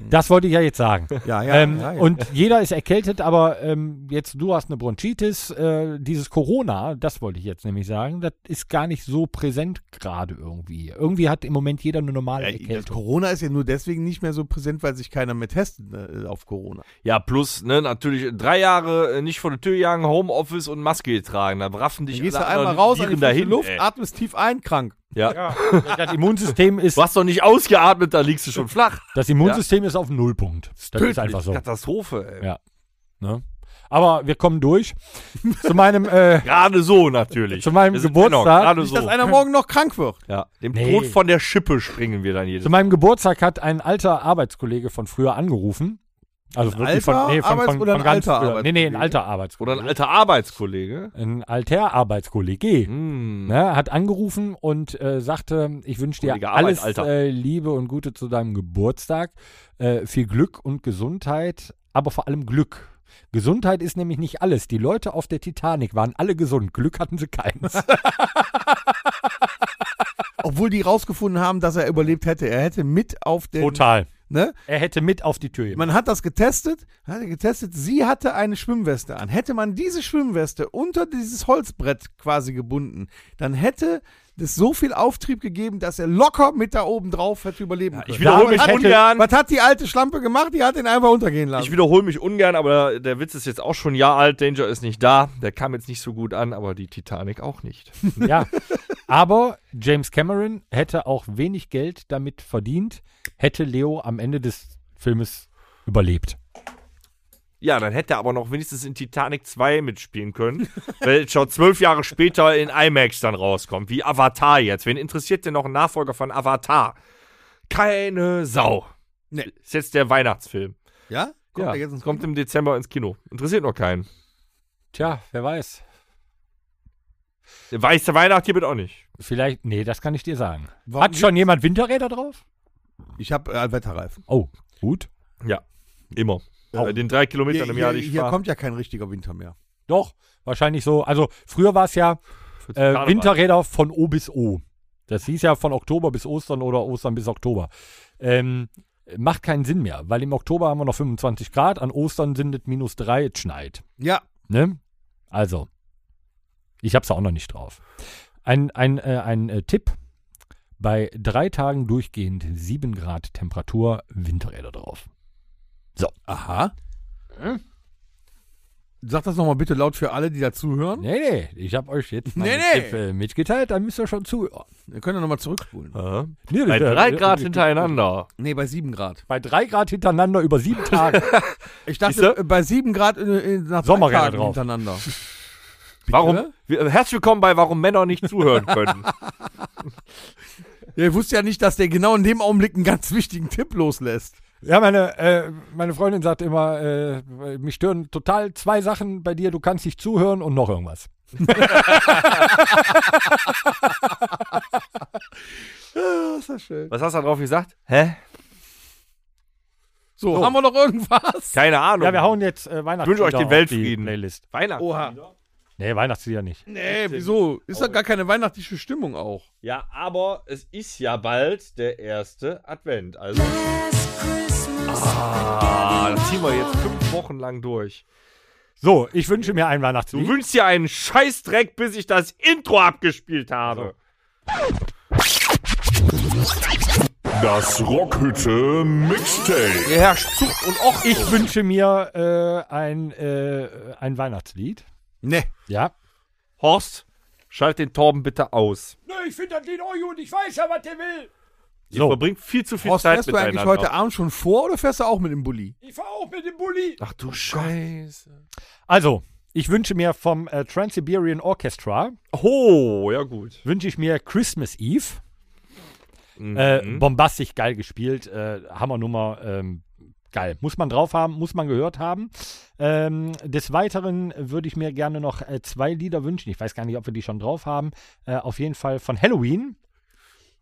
das wollte ich ja jetzt sagen. Ja, ja, ähm, ja, ja. Und jeder ist erkältet, aber ähm, jetzt du hast eine Bronchitis. Äh, dieses Corona, das wollte ich jetzt nämlich sagen, das ist gar nicht so präsent gerade irgendwie. Irgendwie hat im Moment jeder eine normale Ja, das Erkältung. Corona ist ja nur deswegen nicht mehr so präsent, weil sich keiner mehr testet ne, auf Corona. Ja, plus, ne, natürlich drei Jahre äh, nicht vor der Tür jagen, Homeoffice und Maske tragen. Da raffen dich Dann gehst du alle einmal anderen raus an die Viren frische dahin, Luft, ey. atmest tief ein, krank. Ja. Das Immunsystem ist, Du hast doch nicht ausgeatmet, da liegst du schon flach. das Immunsystem ist auf dem Nullpunkt. Das ist einfach so. Katastrophe, ey. Ja. Aber wir kommen durch. Zu meinem, äh, Gerade so natürlich. Zu meinem Wir sind Geburtstag. dennoch Gerade Nicht, so. dass einer morgen noch krank wird. ja. Dem Nee. Tod von der Schippe springen wir dann jedes zu meinem Geburtstag hat ein alter Arbeitskollege von früher angerufen. Also wirklich von, alter nee, von, Arbeits- von, oder von ein ganz alter früher. Nee, nee, ein alter Oder ein Arbeitskollege? Arbeitskollege. alter Arbeitskollege. Ein alter Arbeitskollege. Hm. Ne, hat angerufen und äh, sagte, ich wünsche dir Kollege Arbeit, alles Alter. äh, Liebe und Gute zu deinem Geburtstag. Äh, viel Glück und Gesundheit, aber vor allem Glück. Gesundheit ist nämlich nicht alles. Die Leute auf der Titanic waren alle gesund. Glück hatten sie keins. Obwohl die rausgefunden haben, dass er überlebt hätte. Er hätte mit auf den. Total. Ne? Er hätte mit auf die Tür gemacht. Man hat das getestet, hat er getestet, sie hatte eine Schwimmweste an. Hätte man diese Schwimmweste unter dieses Holzbrett quasi gebunden, dann hätte es so viel Auftrieb gegeben, dass er locker mit da oben drauf hätte überleben können. Ich wiederhole mich Damit hätte- ungern. Was hat die alte Schlampe gemacht? Die hat ihn einfach untergehen lassen. Ich wiederhole mich ungern, aber der Witz ist jetzt auch schon ein Jahr alt. Danger ist nicht da. Der kam jetzt nicht so gut an, aber die Titanic auch nicht. Ja, aber James Cameron hätte auch wenig Geld damit verdient, hätte Leo am Ende des Filmes überlebt. Ja, dann hätte er aber noch wenigstens in Titanic 2 mitspielen können, welcher zwölf Jahre später in IMAX dann rauskommt, wie Avatar jetzt. Wen interessiert denn noch ein Nachfolger von Avatar? Keine Sau. Nee. Ist jetzt der Weihnachtsfilm. ja? Kommt ja, er jetzt ins kommt im Dezember ins Kino. Interessiert noch keinen. Tja, wer weiß. Der weiße Weihnacht hier wird auch nicht. Vielleicht, nee, das kann ich dir sagen. Warum Hat schon jemand Winterräder drauf? Ich habe äh, Wetterreifen. Oh, gut. Ja, immer. Bei den drei Kilometern Hier, im Jahr, hier, die ich hier fahre. kommt ja kein richtiger Winter mehr. Doch, wahrscheinlich so. Also früher war es ja äh, Winterräder von O bis O. Das hieß ja von Oktober bis Ostern oder Ostern bis Oktober. Ähm, macht keinen Sinn mehr, weil im Oktober haben wir noch 25 Grad, an Ostern sind es minus 3, es schneit. Ja, Ne? Also, ich hab's auch noch nicht drauf. Ein, ein, äh, ein äh, Tipp: Bei drei Tagen durchgehend 7 Grad Temperatur, Winterräder drauf. Aha. Sag das nochmal bitte laut für alle, die dazuhören. Nee, nee, ich hab euch jetzt Nee, meine nee. Tipp äh, mitgeteilt, dann müsst ihr schon zu. oh, Wir können ja nochmal zurückspulen. Äh, Nee, bei das, äh, drei äh, Grad hintereinander. Nee, bei 7 Grad. Bei 3 Grad hintereinander über sieben Tage. Ich Siehste? dachte, äh, bei 7 Grad äh, äh, nach drei Sommerräder Tagen drauf. hintereinander. Warum? Wir- Herzlich willkommen bei Warum Männer nicht zuhören können. Ja, ich wusste ja nicht, dass der genau in dem Augenblick einen ganz wichtigen Tipp loslässt. Ja, meine, äh, meine Freundin sagt immer, äh, mich stören total zwei Sachen bei dir. Du kannst nicht zuhören und noch irgendwas. Das ist ja schön. Was hast du da drauf gesagt? Hä? So, haben wir noch irgendwas? Keine Ahnung. Ja, wir hauen jetzt äh, Weihnachten. wünsche euch den Weltfrieden. Playlist. Weihnachten. Oha. Nee, Weihnachtslieder nicht. Nee, wieso? Ist doch gar keine weihnachtliche Stimmung auch. Ja, aber es ist ja bald der erste Advent. Also. Ah, das ziehen wir jetzt fünf Wochen lang durch. So, ich wünsche mir ein Du Weihnachtslied. wünschst dir einen Scheißdreck, bis ich das Intro abgespielt habe. Das Rockhütte Mixtape. Hier herrscht Zucht und auch ich. ich wünsche mir äh, ein, äh, ein Weihnachtslied. Nee. Ja. Horst, schalt den Torben bitte aus. Nee, ich finde das Lied auch gut. Ich weiß ja, was der will. Ihr verbringt viel zu viel Horst, Zeit fährst du eigentlich miteinander. heute Abend schon vor oder fährst du auch mit dem Bulli? Ich fahre auch mit dem Bulli. Ach du Scheiße. Also, ich wünsche mir vom äh, Trans-Siberian Orchestra, Oh, ja gut. wünsche ich mir Christmas Eve. Äh, bombastisch geil gespielt. Äh, Hammernummer. Ähm, geil. Muss man drauf haben, muss man gehört haben. Ähm, des Weiteren würde ich mir gerne noch äh, zwei Lieder wünschen. Ich weiß gar nicht, ob wir die schon drauf haben. Äh, auf jeden Fall von Halloween.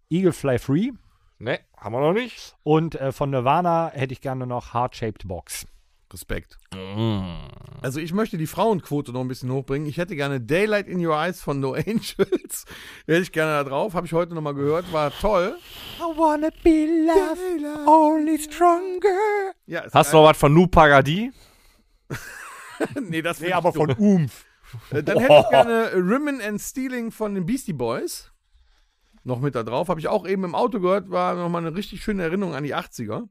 Eagle Fly Free. Ne, haben wir noch nicht. Und äh, von Nirvana hätte ich gerne noch Heart-Shaped Box. Respekt. Mm. Also ich möchte die Frauenquote noch ein bisschen hochbringen. Ich hätte gerne Daylight in Your Eyes von No Angels. hätte ich gerne da drauf. Habe ich heute nochmal gehört. War toll. I wanna be loved, only stronger. Ja, ist Hast du noch was von Nu Pagadi? geil. Nee, das Nee, aber von Umf. Äh, Dann hätte ich gerne Rimmen and Stealing von den Beastie Boys. Noch mit da drauf. Habe ich auch eben im Auto gehört. War nochmal eine richtig schöne Erinnerung an die 80er.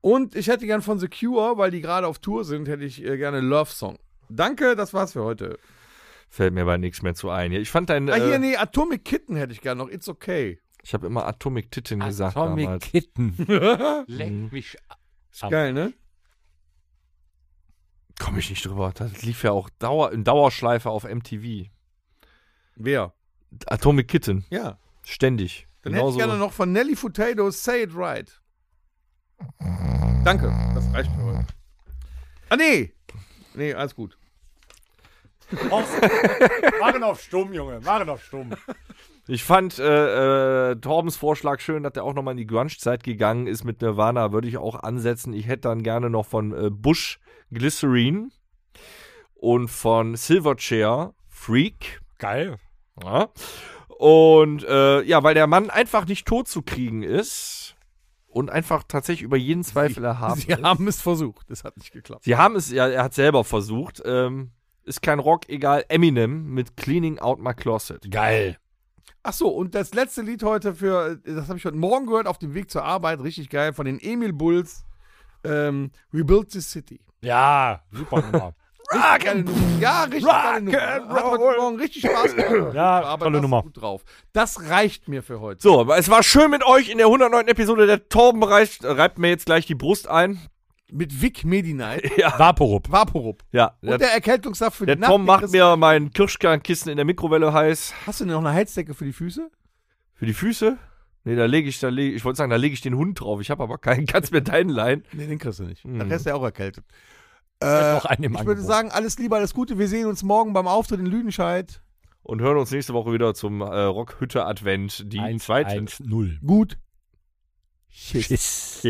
Und ich hätte gern von The Cure, weil die gerade auf Tour sind, hätte ich äh, gerne Love Song. Danke, das war's für heute. Fällt mir bei nichts mehr zu ein. Ich fand dein. Ah, hier, äh, nee, Atomic Kitten hätte ich gern noch. It's okay. Ich habe immer Atomic Titten gesagt Tommy damals. Kitten. Leck mich ab. Geil, ne? Komme ich nicht drüber. Das lief ja auch Dauer, in Dauerschleife auf MTV. Wer? Atomic Kitten. Ja. Ständig. Dann hätte ich gerne noch von Nelly Furtado Say It Right. Danke, das reicht mir heute. Ah, nee. Nee, alles gut. Machen auf stumm, Junge. Machen auf stumm. Ich fand äh, äh, Torbens Vorschlag schön, dass er auch nochmal in die Grunge-Zeit gegangen ist mit Nirvana. Würde ich auch ansetzen. Ich hätte dann gerne noch von äh, Bush Glycerine und von Silverchair Freak. Geil. Ja. Und äh, ja, weil der Mann einfach nicht tot zu kriegen ist und einfach tatsächlich über jeden Zweifel erhaben Sie haben es versucht. Es hat nicht geklappt. Sie haben es, ja, er hat selber versucht. Ähm, ist kein Rock, egal. Eminem mit Cleaning Out My Closet. Geil. Ach so, und das letzte Lied heute für, das habe ich heute Morgen gehört, auf dem Weg zur Arbeit, richtig geil, von den Emil Bulls, ähm, Rebuild the City. Ja, super Nummer. Rock geile Nummer. Ja, richtig geile Nummer. and Hat heute Morgen richtig Spaß gemacht. Ja, Aber tolle das Nummer. ist Gut drauf. Das reicht mir für heute. So, es war schön mit euch in der 109. Episode. Der Torben reißt, reibt mir jetzt gleich die Brust ein. Mit Vic Medinite, Vaporup. Vaporub. Ja, Und der, der Erkältungssaft für der die Nacht. Tom macht Chris- mir mein Kirschkernkissen in der Mikrowelle heiß. Hast du denn noch eine Heizdecke für die Füße? Für die Füße? Nee, da lege ich, da lege ich wollte sagen, da lege ich den Hund drauf. Ich habe aber keinen, kannst mir deinen leihen. Nee, den kriegst du nicht. Dann ist er auch erkältet. Äh, noch einen im Hm. ich würde Angebot. sagen, alles Liebe, alles Gute. Wir sehen uns morgen beim Auftritt in Lüdenscheid. Und hören uns nächste Woche wieder zum äh, Rockhütte Advent, die zweite. 1-1-0. Gut. Tschüss.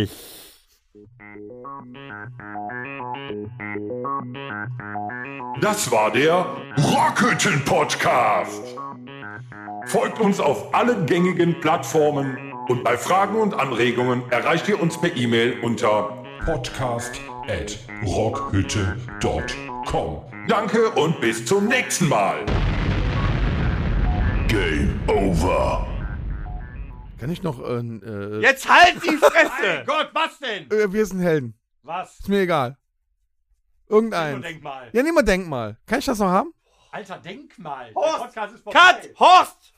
Das war der Rockhütten Podcast. Folgt uns auf allen gängigen Plattformen und bei Fragen und Anregungen erreicht ihr uns per E-Mail unter podcast@rockhütte.com. Danke und bis zum nächsten Mal. Game over. Kann ich noch. Äh, äh, Jetzt halt die Fresse! Gott, was denn? äh, wir sind Helden. Was? Ist mir egal. Irgendein. Denkmal. Ja, nehmen wir Denkmal. Kann ich das noch haben? Alter, Denkmal. Horst, Podcast ist Cut! Horst!